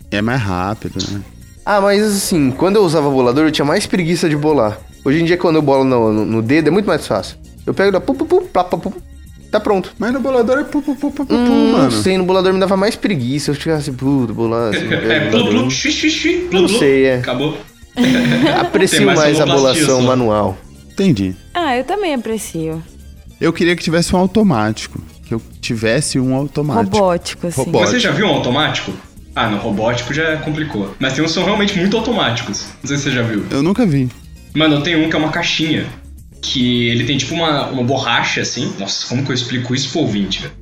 S4: É mais rápido, né?
S1: Ah, mas assim, quando eu usava bolador, eu tinha mais preguiça de bolar. Hoje em dia, quando eu bolo no, no- no dedo, é muito mais fácil. Eu pego da pum, pum, pum, plá, pá, pum, tá pronto.
S4: Mas no bolador é pu, pu, pu, pu, pu,
S1: Hum, não
S4: mano.
S1: sei, no bolador me dava mais preguiça. Eu ficasse, puto, bolar assim. eu
S3: É,
S1: pego o
S3: plu, plu,
S1: bolador.
S3: xui, xui, xui, plu,
S1: Não
S3: plu.
S1: sei, é.
S3: Acabou.
S1: Aprecio
S3: Tem mais
S1: mais, a
S3: sonoplastia
S1: bolação
S3: só.
S1: manual.
S4: Entendi.
S2: Ah, eu também aprecio.
S4: Eu queria que tivesse um automático. Que eu tivesse um automático.
S2: Robótico, assim.
S4: Robótico.
S3: Você já viu um automático? Ah, no robótico já complicou. Mas tem uns que são realmente muito automáticos. Não sei se você já viu.
S4: Eu nunca vi.
S3: Mano, eu tenho um que é uma caixinha. Que ele tem tipo uma, uma borracha assim. Nossa, como que eu explico isso pro ouvinte, velho?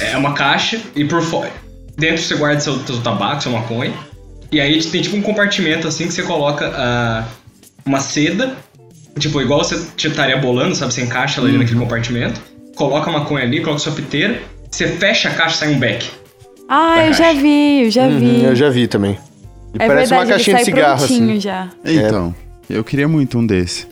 S3: É uma caixa e por fora. Dentro você guarda seu, seu tabaco, sua maconha. E aí tem tipo um compartimento assim que você coloca ah, uma seda. Tipo, igual você te estaria bolando, sabe? Você encaixa ela ali
S1: Uhum.
S3: naquele compartimento. Coloca a maconha ali, coloca sua piteira. Você fecha a caixa sai um beck.
S2: Ah, eu já vi, eu já vi.
S1: Uhum, Eu já vi também. Ele
S2: É
S1: parece
S2: verdade,
S1: uma caixinha
S2: ele
S1: de
S2: sai
S1: cigarro,
S2: prontinho
S1: assim.
S2: já.
S4: Então, eu queria muito um desse.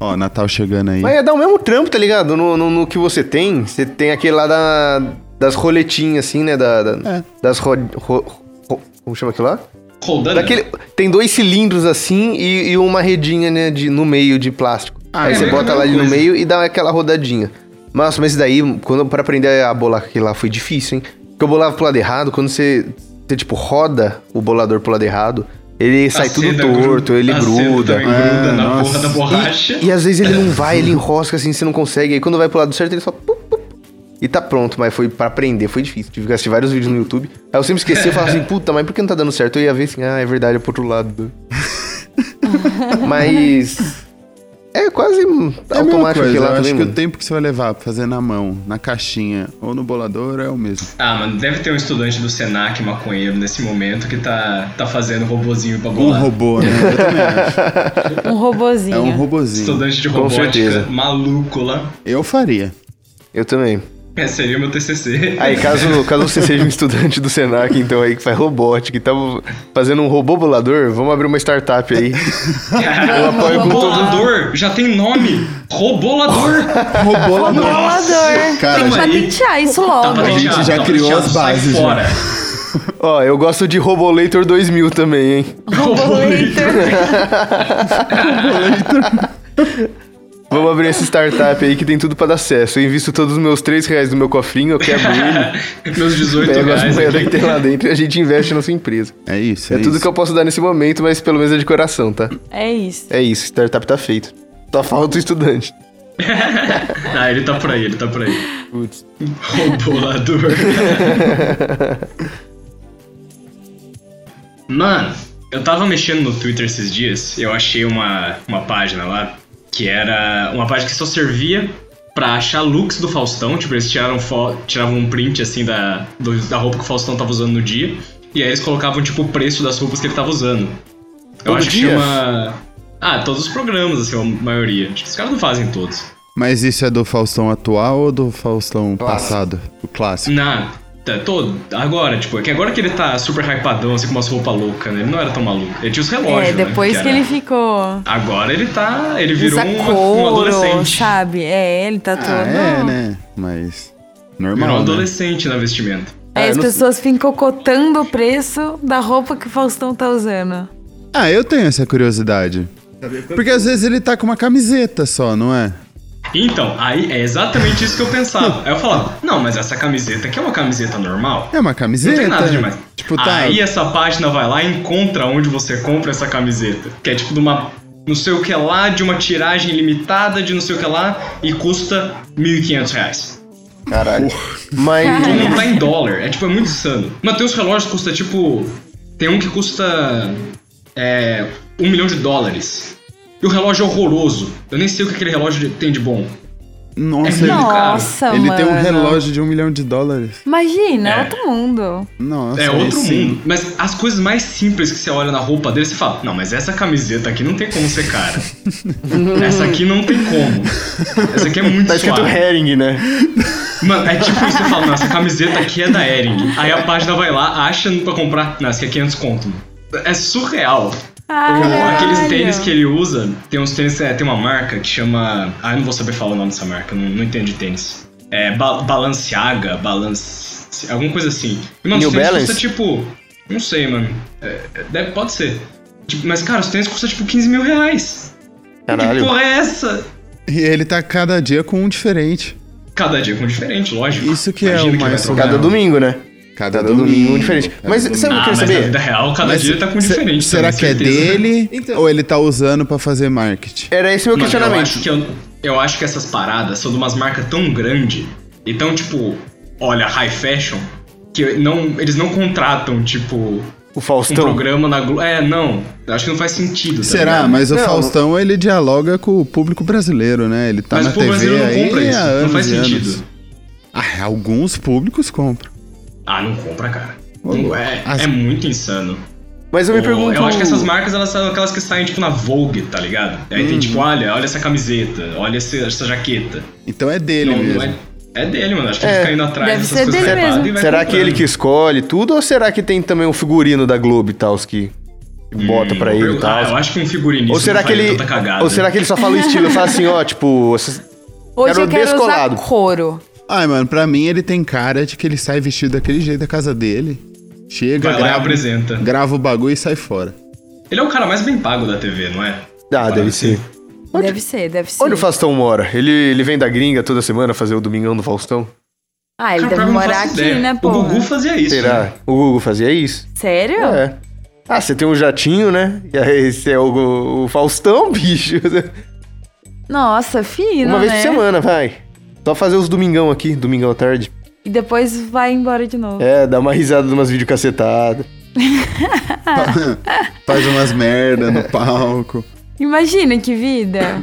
S4: Ó, Natal chegando aí.
S1: Mas é dar o mesmo trampo, tá ligado? No, no, no que você tem. Você tem aquele lá da, das roletinhas, assim, né? Da, da-
S4: É.
S1: Das ro, ro- ro- Como chama aquilo lá?
S3: Rodando.
S1: Daquele, tem dois cilindros assim e, e uma redinha, né? De, no meio de plástico.
S4: Ah,
S1: Aí
S4: é,
S1: você
S4: é a
S1: bota
S3: mesma
S1: lá ali no
S3: coisa.
S1: meio e dá aquela rodadinha. Nossa, mas isso daí, quando para aprender a bolar com aquilo lá foi difícil, hein? Porque eu bolava pro lado errado, quando você, você tipo, roda o bolador pro lado errado, ele sai tudo
S3: seda gru-
S1: torto, ele
S3: a seda
S1: gruda. Ah,
S3: também gruda na
S4: É, nossa.
S3: porra da borracha.
S1: E, e às vezes ele não vai, ele enrosca assim, você não consegue. Aí quando vai pro lado certo, ele só. pup, pup, e tá pronto, mas foi pra aprender, foi difícil. Tive que assistir vários vídeos no YouTube. Aí eu sempre esqueci, eu falava assim, puta, mas por que não tá dando certo? Eu ia ver assim, ah, é verdade, é pro outro lado. mas. É quase um
S4: É a mesma
S1: automático
S4: coisa,
S1: aquilo
S4: eu
S1: lá
S4: acho
S1: também,
S4: que
S1: mano.
S4: o tempo que você vai levar pra fazer na mão, na caixinha ou no bolador é o mesmo.
S3: Ah, mano, deve ter um estudante do Senac maconheiro nesse momento que tá, tá fazendo robozinho pra
S4: Um
S3: bolar.
S4: robô, né? Eu também acho.
S2: Um robozinho.
S4: É um robozinho.
S3: Estudante de
S1: Com
S3: robótica
S1: certeza.
S3: maluco lá.
S4: Eu faria.
S1: Eu também.
S3: É, seria meu TCC.
S1: Aí, caso, caso você seja um estudante do Senac, então, aí, que faz robótica e tá fazendo um robô bolador, vamos abrir uma startup aí.
S3: Cara,
S1: eu apoio com todo-
S3: Robolador, já tem nome. Robolador.
S1: Um
S4: Robolador.
S1: né?
S2: Bolador.
S4: Cara,
S2: Tem que
S3: aí-
S2: patentear isso logo.
S4: A gente já
S3: tá
S4: criou
S3: patenteado,
S4: as
S3: sai
S4: bases, já.
S3: Fora.
S1: né? Ó, eu gosto de Robolator 2000 também, hein?
S2: Robolator.
S1: Vamos abrir essa startup aí que tem tudo pra dar acesso. Eu invisto todos os meus 3 reais do meu cofrinho, eu quebro ele,
S3: Meus 18
S1: pego as
S3: reais.
S1: moedas que
S3: aqui.
S1: tem lá dentro e a gente investe na sua empresa.
S4: É isso,
S1: É,
S4: é,
S1: tudo
S4: isso.
S1: que eu posso dar nesse momento, mas pelo menos é de coração, tá?
S2: É isso.
S1: É isso, startup tá feito. Só falta o estudante.
S3: Ah, ele tá por aí, ele tá por aí.
S1: Putz.
S3: Robolador. Mano, eu tava mexendo no Twitter esses dias, eu achei uma, uma página lá, que era uma página que só servia pra achar looks do Faustão, tipo, eles tiraram fo- tiravam um print, assim, da, do- da roupa que o Faustão tava usando no dia, e aí eles colocavam, tipo, o preço das roupas que ele tava usando. Eu
S1: Todo
S3: acho
S1: dia?
S3: que chama... Ah, todos os programas, assim, a maioria. Acho que os caras não fazem todos.
S4: Mas isso é do Faustão atual ou do Faustão passado? O clássico.
S3: Na. tá, Todo, agora, tipo, é que agora que ele tá super hypadão, assim, com umas roupas loucas, né? Ele não era tão maluco. Ele tinha os relógios,
S2: É,
S3: né?
S2: depois que
S3: era-
S2: ele ficou.
S3: Agora ele tá. Ele virou
S2: Usa
S3: um, um
S2: couro,
S3: adolescente.
S2: sabe? É, ele tá todo.
S4: Ah, é, né? Mas.
S3: Virou um
S4: Normal. né?
S3: adolescente na vestimenta.
S2: Aí
S1: Ah,
S2: as
S1: eu não-
S2: pessoas ficam cotando o preço da roupa que o Faustão tá usando.
S4: Ah, eu tenho essa curiosidade. Porque às vezes ele tá com uma camiseta só, não é?
S3: Então, aí é exatamente isso que eu pensava. aí eu falava, não, mas essa camiseta aqui é uma camiseta normal.
S4: É uma
S3: Não
S4: camiseta.
S3: tem nada demais.
S4: Tipo, tá.
S3: Aí essa página vai lá e encontra onde você compra essa camiseta. Que é tipo de uma. Não sei o que lá, de uma tiragem limitada de não sei o que lá, e custa 1.500 reais.
S1: Caralho. Mas.
S3: Tem que comprar em dólar. É tipo, é muito insano. Mas tem uns relógios que custa tipo. Tem um que custa. É. Um milhão de dólares. E o relógio é horroroso. Eu nem sei o que aquele relógio tem de bom.
S4: Nossa,
S3: É
S4: ele,
S3: cara,
S2: Nossa,
S4: ele
S2: mano.
S4: tem um relógio de um milhão de dólares.
S2: Imagina,
S3: É.
S2: outro mundo.
S4: Nossa,
S3: é outro
S4: esse-
S3: mundo. Mas as coisas mais simples que você olha na roupa dele, você fala: Não, mas essa camiseta aqui não tem como ser cara. essa aqui não tem como. Essa aqui é muito
S1: Tá escrito
S3: suave.
S1: herring, né?
S3: Mano, é tipo isso, você fala, nossa, essa camiseta aqui é da Ering. Aí a página vai lá, acha pra comprar, nossa, que é 500 conto. mano. É surreal.
S2: Ah, Caralho.
S3: Aqueles tênis que ele usa, tem uns tênis, é, tem uma marca que chama... Ah, eu não vou saber falar o nome dessa marca, eu não, não entendo de tênis. É ba Balenciaga, Balance... alguma coisa assim. E, mano,
S1: New
S3: os tênis
S1: Balance?
S3: custa tipo... Não sei, mano. É, é, deve- pode ser. Tipo, mas, cara, os tênis custam tipo 15 mil reais. Que
S1: Caralho.
S3: porra é essa?
S4: E ele tá cada dia com um diferente.
S3: Cada dia com diferente, lógico.
S4: Isso que é
S3: Imagina
S4: o
S3: vai
S4: mais
S3: trocar.
S1: Cada domingo, né?
S4: Cada,
S1: domingo, um diferente. Mas sabe- Eu
S3: Ah,
S1: quero
S3: mas
S1: saber.
S3: na vida real, cada
S4: Mas
S3: dia tá com
S4: se-
S3: diferente.
S4: Será
S3: também,
S4: que é
S3: certeza.
S4: dele
S1: Então-
S4: ou ele tá usando pra fazer marketing?
S1: Era esse meu
S3: Mano, eu
S1: questionamento.
S3: acho que eu, eu acho que essas paradas são de umas marcas tão grande e tão, tipo, olha, high fashion, que não, eles não contratam, tipo, um
S1: O Faustão.
S3: programa na Globo. É, não. Eu acho que não faz sentido. tá
S4: Será?
S3: ligado?
S4: Mas o
S1: Não.
S4: Faustão, ele dialoga com o público brasileiro, né? Ele tá
S3: Mas
S4: na
S3: o povo
S4: TV
S3: brasileiro não
S4: aí
S3: compra isso,
S4: há
S3: não
S4: anos
S3: faz
S4: e anos.
S3: sentido.
S4: Ah, alguns públicos compram.
S3: Ah, não compra, cara.
S4: Ô,
S3: Não é,
S4: as-
S3: é muito insano.
S1: Mas eu me
S3: Pô,
S1: pergunto.
S3: Eu acho que essas marcas elas são aquelas que saem tipo na Vogue, tá ligado? Aí
S4: Hum.
S3: tem tipo, olha, olha essa camiseta, olha esse- essa jaqueta.
S4: Então é dele
S3: Não,
S4: mesmo.
S3: não é, é dele, mano. Acho que
S1: É.
S3: ele fica indo atrás
S2: Deve
S3: dessas
S2: ser
S3: coisas
S2: dele
S3: erradas
S2: mesmo.
S3: e vai
S1: será que
S3: comprando.
S1: ele que escolhe tudo ou será que tem também um figurino da Globo e tal, os que que bota pra ele e
S3: Eu- Ah, eu
S1: tal?
S3: acho que um figurinista
S1: Ou será que ele.
S4: então tá
S3: tanta cagada.
S4: né?
S1: Ou será que ele só fala o estilo? Fala assim, ó, tipo. essas-
S2: Hoje
S1: Quero
S2: eu quero
S1: descolado.
S2: usar couro.
S4: Ai, mano, pra mim ele tem cara de que ele sai vestido daquele jeito da casa dele. Chega,
S3: Vai lá e
S4: grava, um
S3: apresenta.
S4: grava o bagulho e sai fora.
S3: Ele é o cara mais bem pago da TV, não é?
S1: Ah, deve
S3: Parece.
S4: assim.
S1: ser.
S2: Deve ser, deve ser.
S1: Onde o Faustão mora? Ele, ele vem da gringa toda semana fazer o Domingão do Faustão?
S2: Ah, ele
S3: Cara,
S2: deve
S3: eu não faço
S2: morar aqui,
S3: ideia.
S2: né,
S3: O
S2: pô?
S3: Gugu fazia isso. né?
S1: Será? O Google fazia isso?
S2: Sério?
S1: É. Ah, você tem um jatinho, né? E aí você é o, o Faustão, bicho.
S2: Nossa, fino,
S1: Uma vez
S2: né?
S1: por semana, vai. Só fazer os domingão aqui, domingão à tarde.
S2: E depois vai embora de novo.
S1: É, dá uma risada de umas videocacetadas. É.
S4: Faz umas merda no palco.
S2: Imagina que vida.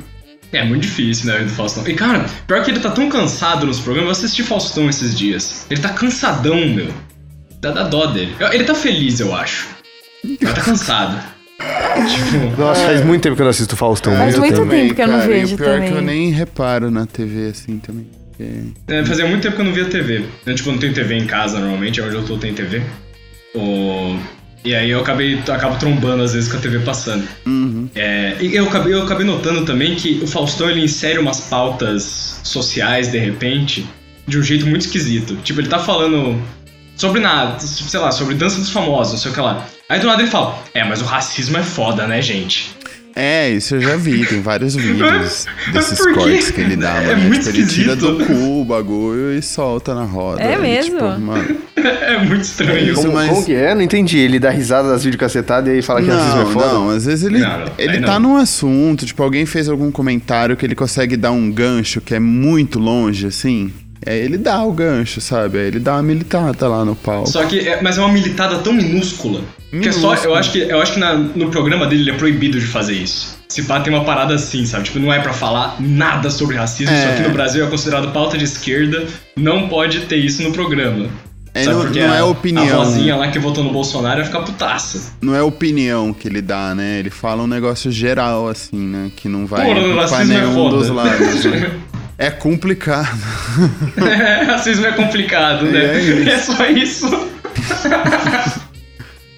S3: É muito difícil, né, do Faustão. E, cara, pior que ele tá tão cansado nos programas. Eu assisti Faustão esses dias. Ele tá cansadão, meu. Dá, dá dó dele. Eu- Ele tá feliz, eu acho. Ele tá cansado. tipo,
S1: Nossa, faz muito tempo que eu não assisto Faustão.
S2: Faz
S1: muito
S2: muito
S1: tempo.
S2: tempo que eu não
S4: cara, e o
S2: vejo
S4: pior é que eu
S2: também.
S4: nem reparo na TV assim também. que.
S3: É, fazia muito tempo que eu não via TV. Eu, tipo, não tenho TV em casa normalmente, é onde eu tô tem TV. O- E aí eu acabei acabo trombando às vezes com a TV passando. É, e eu acabei, eu acabei notando também que o Faustão ele insere umas pautas sociais de repente de um jeito muito esquisito. Tipo, ele tá falando sobre nada, sei lá, sobre dança dos famosos, não sei o que lá. Aí do nada ele fala: É, mas o racismo é foda, né, gente?
S4: É, isso eu já vi, tem vários vídeos desses
S3: Por quê?
S4: cortes que ele dá,
S3: É
S4: mano.
S3: muito
S4: tipo, ele tira
S3: esquisito.
S4: do cu o bagulho e solta na roda.
S2: É
S4: E,
S2: mesmo?
S4: Tipo, mano,
S3: É muito estranho.
S4: Isso,
S1: Como,
S4: mas-
S1: como que é? Não entendi. Ele dá risada das videocassetadas e aí fala que racismo é
S4: não,
S1: foda?
S4: não, às vezes ele,
S3: Não, não, aí
S4: ele
S3: não.
S4: tá num assunto, tipo, alguém fez algum comentário que ele consegue dar um gancho que é muito longe, assim. Aí ele dá o gancho, sabe? Aí ele dá uma militada lá no palco.
S3: Só que, é- mas é uma militada tão minúscula. Que é só, eu acho que, eu acho que na- no programa dele ele é proibido de fazer isso. Se pá, tem uma parada assim, sabe? Tipo, não é pra falar nada sobre racismo. Isso
S4: É.
S3: aqui no Brasil é considerado pauta de esquerda. Não pode ter isso no programa.
S4: É, não- não
S3: a,
S4: é opinião.
S3: A vozinha lá que votou no Bolsonaro ia ficar putaça.
S4: Não é opinião que ele dá, né? Ele fala um negócio geral, assim, né? Que não vai
S3: Porra,
S4: culpar
S3: racismo é
S4: nenhum
S3: foda.
S4: dos lados. né? É complicado.
S3: É, racismo é complicado, né?
S4: É isso.
S3: é só isso.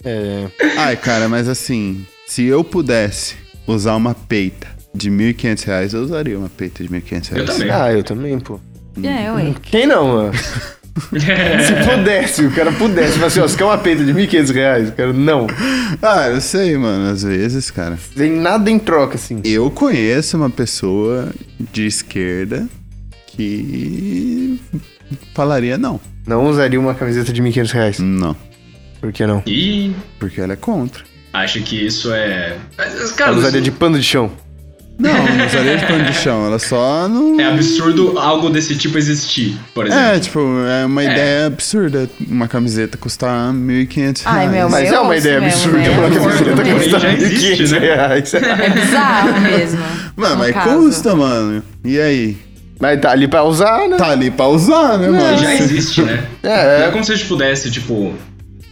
S1: É.
S4: Ai, cara, mas assim, se eu pudesse usar uma peita de 1.500 reais, eu usaria uma peita de 1.500 reais.
S3: Eu também.
S1: Ah, eu também, pô.
S2: É, ué.
S1: Quem não, mano? Se pudesse, o cara pudesse. Mas assim, ó, você quer uma peita de 1.500 reais? O cara, não.
S4: Ah, eu sei, mano, às vezes, cara.
S1: Tem nada em troca, assim.
S4: Eu conheço uma pessoa de esquerda que falaria não.
S1: Não usaria uma camiseta de 1.500 reais.
S4: Não,
S1: Por que não?
S3: E
S4: porque ela é contra.
S3: acho que isso é. Mas, Cara,
S1: Ela usaria
S3: isso-
S1: de pano de chão.
S4: Não, não usaria de pano de chão, ela só não...
S3: É absurdo algo desse tipo existir, por exemplo.
S4: É, tipo, é uma ideia absurda uma camiseta custar 1.500 reais.
S2: Ai, meu,
S1: Mas
S2: eu
S1: é uma
S2: ouço
S1: ideia
S2: mesmo,
S1: absurda
S2: né?
S1: uma
S3: Eu
S1: camiseta
S3: concordo,
S1: custar
S3: já existe,
S1: 1.500
S3: né?
S1: reais.
S2: É bizarro mesmo.
S4: Mano,
S2: no
S4: mas
S2: caso.
S4: custa, mano. E aí?
S1: Mas tá ali pra usar, né?
S4: Tá ali pra usar, né, mano?
S3: já existe, né?
S1: É.
S3: Não é como se a gente pudesse, tipo,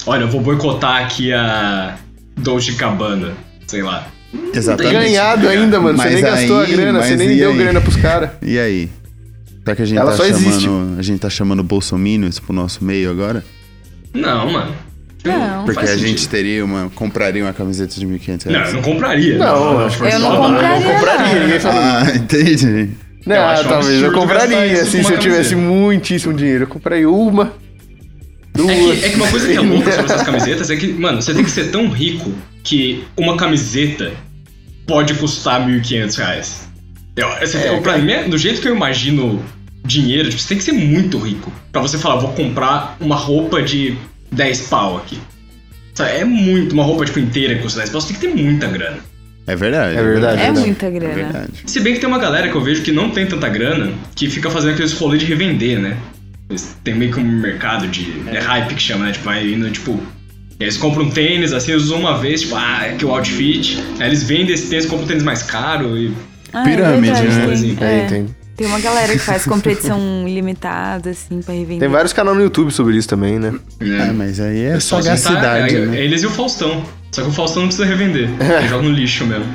S3: olha, eu vou boicotar aqui a Dolce Cabana, sei lá.
S4: Exatamente.
S1: Ganhado ainda, mano. Você
S4: Mas
S1: nem gastou a
S4: aí-
S1: grana, você
S4: mas
S1: nem
S4: e
S1: deu
S4: aí?
S1: grana pros caras.
S4: E aí? Será que a gente
S1: Ela
S4: tá
S1: só
S4: chamando.
S1: existe.
S4: A gente tá chamando bolsominions pro nosso meio agora?
S3: Não, mano. Tipo,
S2: Não.
S4: Porque
S3: faz
S4: a gente
S3: sentido.
S4: teria uma. compraria uma camiseta de 1.500
S3: Não,
S4: reais.
S3: eu não compraria.
S1: Não,
S3: né? Se for
S2: eu
S3: só
S2: não
S3: uma-
S2: compraria.
S1: Eu compraria, ninguém falou.
S4: Ah, entendi.
S1: Não,
S3: Eu acho
S1: talvez
S3: um
S1: eu
S3: absurdo gastar
S1: compraria,
S3: isso
S1: assim,
S3: com
S1: se eu
S3: uma
S1: tivesse
S3: camiseta.
S1: muitíssimo dinheiro. Eu compraria uma, duas.
S3: É que, é que uma coisa que é louca sobre essas camisetas é que, mano, você tem que ser tão rico que uma camiseta pode custar 1.500 reais. Eu, essa- eu- pra mim, é- do jeito que eu imagino dinheiro, tipo, você tem que ser muito rico pra você falar, vou comprar uma roupa de 10 pau aqui. Sabe, é muito, uma roupa tipo, inteira que custa 10 pau, você tem que ter muita grana.
S4: É verdade.
S1: É verdade,
S2: É
S1: Não,
S2: muita
S4: É
S2: grana.
S4: verdade.
S3: Se bem que tem uma galera que eu vejo que não tem tanta grana, que fica fazendo aqueles rolê de revender, né? Eles têm meio que um mercado de. É hype que chama, né? Tipo, aí indo, tipo. Eles compram um tênis, assim, eles usam uma vez, tipo, ah, que o outfit. Aí eles vendem esse tênis, compram um tênis mais caro e.
S2: Ah,
S4: Pirâmide,
S2: verdade,
S4: né?
S2: tem-
S1: É,
S2: é.
S1: entende?
S2: Tem uma galera que faz competição ilimitada, assim, pra revender.
S1: Tem vários canais no YouTube sobre isso também, né?
S4: Ah, mas aí é
S3: Só que tá-
S4: sagacidade,
S3: é,
S4: né?
S3: Eles e o Faustão. Só que o Faustão não precisa revender. Ele joga no lixo mesmo.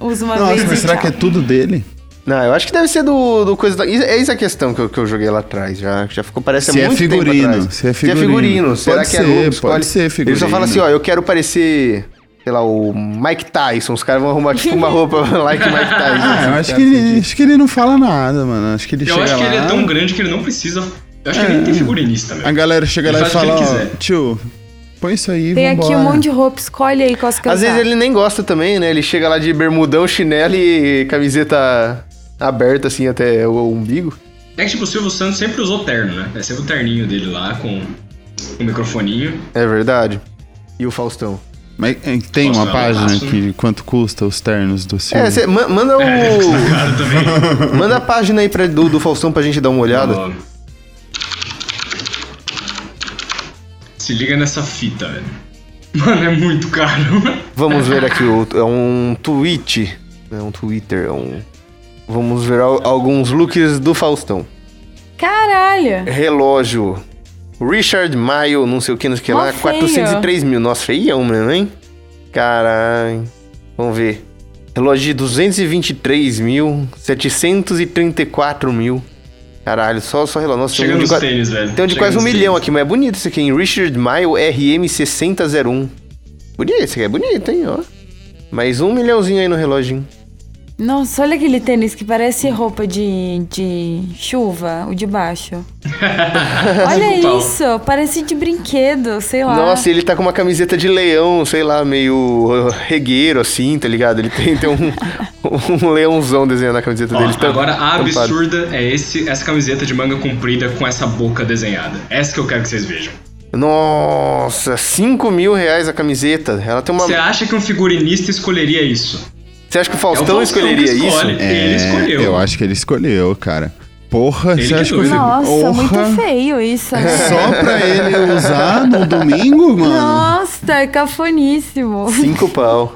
S2: Usa uma
S4: Nossa,
S2: vez
S4: mas
S2: e
S4: será que é
S2: tchau.
S4: tudo dele?
S1: Não, eu acho que deve ser do, do coisa da... isso- É essa a questão que eu, que eu joguei lá atrás, já, já ficou, parece há
S4: Se é
S1: muito tempo
S4: figurino,
S1: atrás.
S4: se é figurino. Pode
S1: será que é
S4: ser,
S1: roupa?
S4: pode
S1: Escolhe-
S4: ser
S1: Ele só
S4: figurino.
S1: fala assim, ó, eu quero parecer, sei lá, o Mike Tyson, os caras vão arrumar tipo uma roupa like Mike Tyson.
S4: Ah, eu
S1: assim,
S4: acho que,
S1: cara,
S4: ele, acho que ele não fala nada, mano. Acho que ele
S3: Eu
S4: chega
S3: acho que
S4: lá, É.
S3: ele é tão grande que ele não precisa. Eu acho que ele nem tem figurinista
S4: A
S3: mesmo.
S4: galera chega
S3: Ele
S4: lá e
S3: faz o que
S4: fala,
S3: ele
S4: ó,
S3: quiser.
S4: tio, põe isso aí,
S2: Tem
S4: vambora.
S2: aqui um monte de roupa, escolhe aí qual você quer
S1: Às vezes
S2: usar.
S1: ele nem gosta também, né? Ele chega lá de bermudão, chinelo e camiseta aberta, assim, até o umbigo.
S3: É que, tipo, o Silvio Santos sempre usou terno, né? É sempre o terninho dele lá com o microfoninho.
S1: É verdade. E o Faustão.
S4: Mas é, tem
S3: Posso
S4: uma
S3: dar um
S4: página
S3: passo?
S4: que quanto custa os ternos do Silvio?
S1: É, cê, ma- manda o...
S3: É, isso na cara também.
S1: manda a página aí pra, do, do Faustão pra gente dar uma olhada.
S3: Ó. Se liga nessa fita, velho. Mano, é muito caro.
S1: Vamos ver aqui, o- é um tweet. É um Twitter, é um... Vamos ver al- alguns looks do Faustão.
S2: Caralho!
S1: Relógio. Richard Mile, não sei o que, não sei o que
S2: Mó
S1: lá.
S2: feio.
S1: 403 mil. Nossa, feião mesmo, hein? Caralho. Vamos ver. Relógio de 223 mil, 734 mil. Caralho, só, só relógio. Nossa,
S3: Chega
S1: tem um de,
S3: nos
S1: qua-
S3: tênis, velho.
S1: Tem um de
S3: Chega
S1: quase um
S3: nos
S1: milhão
S3: tênis.
S1: aqui, mas é bonito esse aqui, hein? Richard Mile RM6001. Bonito, esse aqui é bonito, hein, ó. Mais um milhãozinho aí no relógio, hein?
S2: Nossa, olha aquele tênis que parece roupa de, de chuva, o de baixo. olha
S3: Total.
S2: isso, parece de brinquedo, sei lá.
S1: Então. Nossa, ele tá com uma camiseta de leão, sei lá, meio uh, regueiro, assim, tá ligado? Ele tem, tem um, um leãozão desenhado na camiseta
S3: Ó,
S1: dele. tam-
S3: agora a
S1: tampado.
S3: absurda é esse, essa camiseta de manga comprida com essa boca desenhada. Essa que eu quero que vocês vejam.
S1: Nossa, 5 mil reais a camiseta. Ela tem uma.
S3: Você acha que um figurinista escolheria isso?
S1: Você acha que o
S3: É o
S1: Faustão
S3: Faustão
S1: escolheria
S3: que escolhe.
S1: isso?
S3: Ele escolheu.
S4: É, Eu acho que ele escolheu, cara. Porra,
S3: Ele
S4: você
S3: que
S4: acha que eu
S3: doido.
S4: fico-
S2: Nossa,
S4: Porra.
S2: muito feio isso. né?
S4: É. Só pra ele usar no domingo, mano?
S2: Nossa, é cafoníssimo.
S1: 5 pau.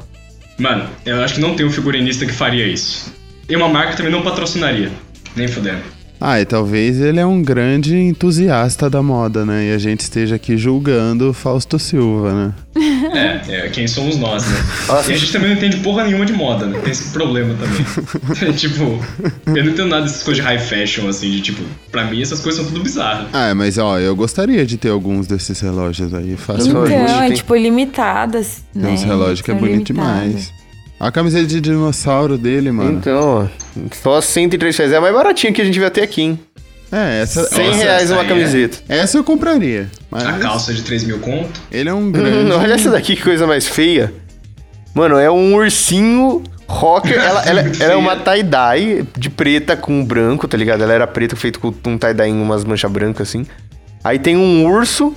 S3: Mano, eu acho que não tem um figurinista que faria isso. E uma marca também não patrocinaria. Nem fudendo.
S4: Ah, e talvez ele é um grande entusiasta da moda, né? E a gente esteja aqui julgando o Fausto Silva, né?
S3: É, é, quem somos nós, né?
S1: Nossa.
S3: E a gente também não entende porra nenhuma de moda, né? Tem esse problema também. tipo, eu não entendo nada dessas coisas de high fashion, assim, de tipo, pra mim essas coisas são tudo bizarras.
S4: Ah, mas ó, eu gostaria de ter alguns desses relógios aí,
S1: Então,
S4: facilmente.
S2: Então, é
S1: tem-
S2: tipo limitadas. né?
S4: Tem uns relógios que é bonito demais. A camiseta de dinossauro dele, mano.
S1: Então, só 103 reais. É a mais baratinha que a gente vai ter aqui, hein?
S4: É, essa,
S1: 100
S3: Nossa,
S1: reais
S3: essa
S1: uma
S3: aí é-
S1: camiseta.
S4: essa eu compraria. Mas
S3: A calça é de 3 mil conto.
S4: ele é um
S1: Hum,
S4: grande.
S1: olha essa daqui, que coisa mais feia. Mano, é um ursinho rocker. Ela, ela-
S3: Muito
S1: ela é uma
S3: feia.
S1: tie-dye de preta com branco, tá ligado? Ela era preta, feito com um tie-dye em umas manchas brancas, assim. Aí tem um urso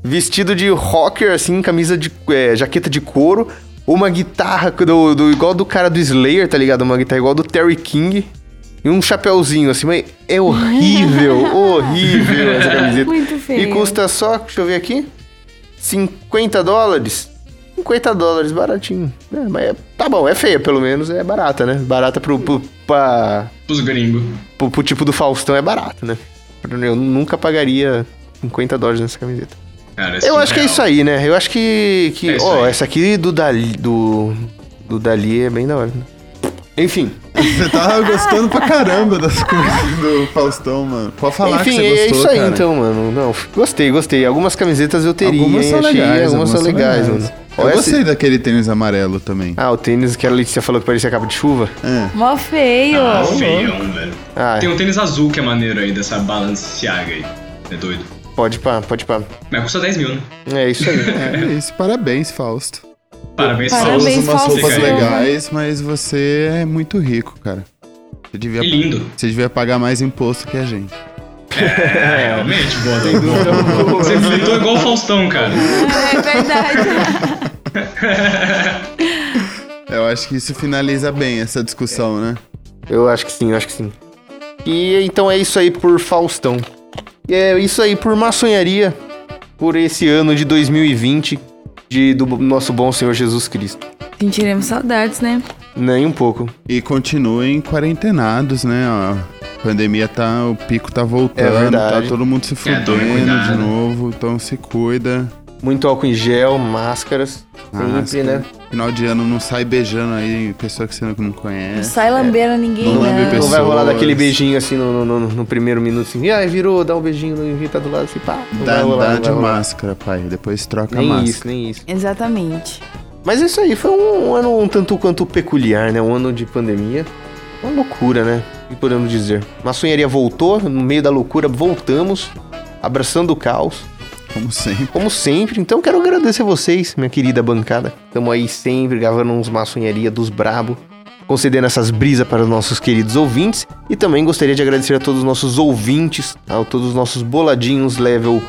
S1: vestido de rocker, assim, camisa de... é, jaqueta de couro. Uma guitarra do, do- igual do cara do Slayer, tá ligado? Uma guitarra igual do Terry King. E um chapéuzinho, assim, mas é horrível, horrível essa camiseta.
S2: Muito
S1: E
S2: feio.
S1: custa só, deixa eu ver aqui, 50 dólares? 50 dólares, baratinho. É, mas é- tá bom, é feia, pelo menos é barata, né? Barata pro, pro, pra-
S3: Os gringos.
S1: pro- pro tipo do Faustão é barato, né? Eu nunca pagaria 50 dólares nessa camiseta.
S3: Cara,
S1: Eu acho que é
S3: surreal.
S1: isso aí, né? Eu acho que. que
S3: É isso
S1: ó,
S3: aí.
S1: essa aqui do Dali, do, do Dali é bem da hora. né? Enfim.
S4: Você tava gostando pra caramba das coisas do Faustão, mano. Pode falar
S1: Enfim,
S4: Tá que você
S1: é
S4: gostou,
S1: isso aí
S4: cara.
S1: então, mano. Não, gostei, gostei. Algumas camisetas eu teria,
S4: Algumas
S1: hein?
S4: são
S1: Achei,
S4: legais,
S1: algumas são legais, mano.
S4: Eu
S1: Ó, esse-
S4: gostei daquele tênis amarelo também.
S1: Ah, o tênis que a Letícia falou que parecia capa de chuva.
S4: É.
S2: Mó feio.
S3: Ah, feião, velho.
S1: Ah,
S3: Tem um tênis azul que é maneiro aí, dessa Balenciaga aí. É doido.
S4: um
S1: pode pá, pode pá.
S3: Mas custa 10 mil, né?
S1: É isso aí.
S4: É isso, parabéns, Fausto.
S3: Parabéns,
S2: Parabéns,
S4: Você usa umas
S2: Fausto.
S4: roupas
S3: Fica aí.
S4: legais, mas você é muito rico, cara. Você devia,
S3: Que lindo.
S4: você devia pagar mais imposto que a gente.
S3: É, realmente, boa. Você militou igual o Faustão, cara.
S2: É verdade.
S4: Eu acho que isso finaliza bem essa discussão, né?
S1: eu acho que sim, eu acho que sim. E então é isso aí por Faustão. E é isso aí por maçonharia por esse ano de 2020 de, do nosso bom Senhor Jesus Cristo.
S2: Sentiremos saudades, né?
S1: Nem um pouco.
S4: E continuem quarentenados, né? A pandemia tá. O pico tá
S1: É
S4: voltando,
S1: verdade.
S4: tá todo mundo se
S3: É,
S4: fudendo
S3: tome cuidado.
S4: de novo. Então se cuida.
S1: Muito álcool em gel, máscaras. Sempre,
S4: Máscara.
S1: né?
S4: Final de ano não sai beijando aí pessoa que você não
S2: Não
S4: conhece.
S2: sai lambendo ninguém,
S4: Não lambe
S1: Não
S2: não.
S4: pessoa.
S1: vai rolar
S4: Pessoas.
S1: daquele beijinho assim no, no- no- no primeiro minuto assim. Ai, virou, dá um beijinho no quem tá do lado assim, pá. Não vai
S4: Dá,
S1: rolar,
S4: dá
S1: não
S4: de
S1: vai rolar.
S4: máscara, pai. Depois troca a
S1: Nem
S4: máscara.
S1: isso, nem isso.
S2: Exatamente.
S1: Mas isso aí, foi um, um ano um tanto quanto peculiar, né? Um ano de pandemia. Uma loucura, né? O que podemos dizer? Maçonharia voltou, no meio da loucura voltamos, abraçando o caos,
S4: Como sempre.
S1: como sempre. Então quero agradecer vocês, minha querida bancada. Estamos aí sempre gravando uns maçonharia dos brabo, concedendo essas brisas para os nossos queridos ouvintes. E também gostaria de agradecer a todos os nossos ouvintes, tá? a todos os nossos boladinhos level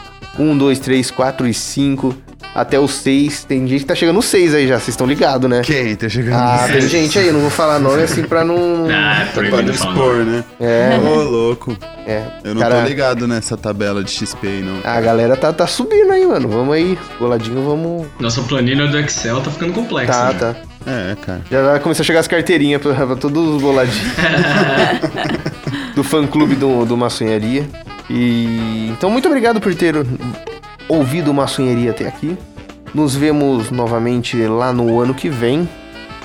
S1: 1, 2, 3, 4 e 5. Até o 6, tem gente que tá chegando no 6 aí já, vocês estão ligados, né?
S4: Quem tá chegando?
S1: Ah,
S4: nisso?
S1: tem gente aí, não vou falar nome assim pra não.
S3: Ah, é
S4: Pra
S3: proibido
S4: não
S3: falar.
S4: expor, né?
S1: É,
S4: Ô, louco.
S1: é.
S4: Eu não
S1: Cara,
S4: tô ligado nessa tabela de XP aí, não.
S1: A galera tá, tá subindo aí, mano. Vamos aí. Boladinho, vamos.
S3: Nossa planilha do Excel tá ficando complexa.
S1: Tá,
S3: né?
S1: tá.
S4: É, cara.
S1: Já vai começar a chegar as carteirinhas pra, pra todos os boladinhos. do fã clube do, do Maçonharia. E. Então, muito obrigado por ter ouvido o Maçonharia até aqui. Nos vemos novamente lá no ano que vem.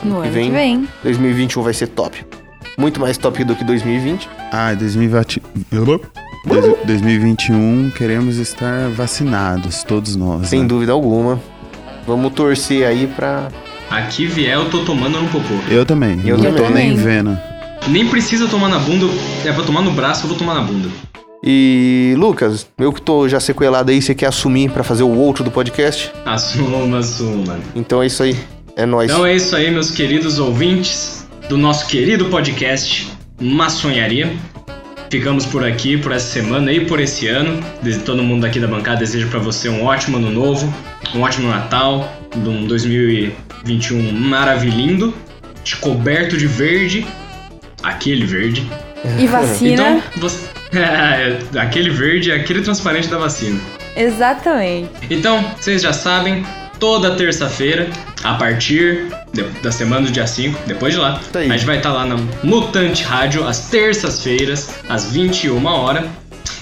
S2: No
S1: Que
S2: ano
S1: vem.
S2: que vem.
S1: 2021 vai ser top. muito mais top do que 2020.
S4: Ah, 2020... um, Dois- 2021 queremos estar vacinados, todos nós.
S1: Sem
S4: né?
S1: dúvida alguma. Vamos torcer aí pra.
S3: Aqui vier, eu tô tomando no popô.
S4: Eu também.
S1: Eu
S4: não tô
S2: também.
S4: nem vendo.
S3: Nem precisa tomar na bunda, é pra tomar no braço, eu vou tomar na bunda.
S1: E, Lucas, eu que tô já sequelado aí, você quer assumir pra fazer o outro do podcast?
S3: Assuma, assuma.
S1: Então é isso aí. É nóis.
S3: Então é isso aí, meus queridos ouvintes do nosso querido podcast Maçonharia. Ficamos por aqui, por essa semana e por esse ano. Des- Todo mundo aqui da bancada deseja pra você um ótimo ano novo, um ótimo Natal, de um 2021 maravilhindo, de- coberto de verde, aquele verde.
S2: E vacina.
S3: Então, você... É, aquele verde, aquele transparente da vacina.
S2: Exatamente.
S3: Então, vocês já sabem, toda terça-feira, a partir de- da semana do dia 5, depois de lá,
S1: Tá aí.
S3: a gente vai estar lá na Mutante Rádio, às terças-feiras, às 21 horas.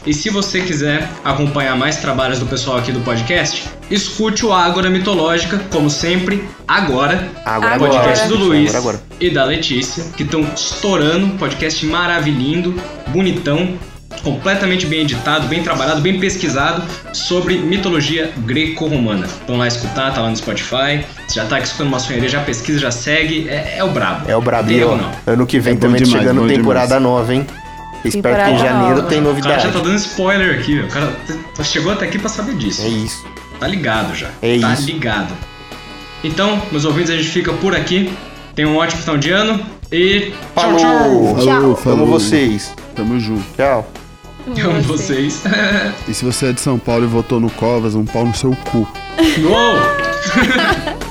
S3: E se você quiser acompanhar mais trabalhos do pessoal aqui do podcast, escute o Ágora Mitológica, como sempre, agora, é
S1: Agora,
S2: Agora.
S3: podcast do Luiz
S1: Agora, agora.
S3: e da Letícia, que estão estourando, podcast maravilhindo, bonitão, completamente bem editado, bem trabalhado, bem pesquisado sobre mitologia greco-romana. Vão lá escutar, tá lá no Spotify. Se já tá aqui escutando uma sonharia, já pesquisa, já segue. É, é o brabo.
S1: É o
S3: Tem
S1: Brasil.
S3: erro, não.
S1: Ano que vem
S4: É bom
S1: também tá
S4: demais,
S1: chegando
S4: bom
S1: temporada nova, hein? Espero que em
S2: Temporada
S1: janeiro
S2: nova.
S1: tem
S3: O cara
S1: novidade.
S3: já tá dando spoiler aqui, o cara t- chegou até aqui pra saber disso.
S1: É isso.
S3: Tá ligado já.
S1: É
S3: tá
S1: isso.
S3: ligado. Então, meus ouvintes, a gente fica por aqui. Tenham um ótimo final de ano e tchau, tchau!
S1: Falou.
S4: Falou, falou.
S1: Amo vocês.
S4: Tamo junto.
S1: Tchau.
S3: Eu amo vocês.
S4: E se você é de São Paulo e votou no Covas, um pau no seu cu.
S3: Uou!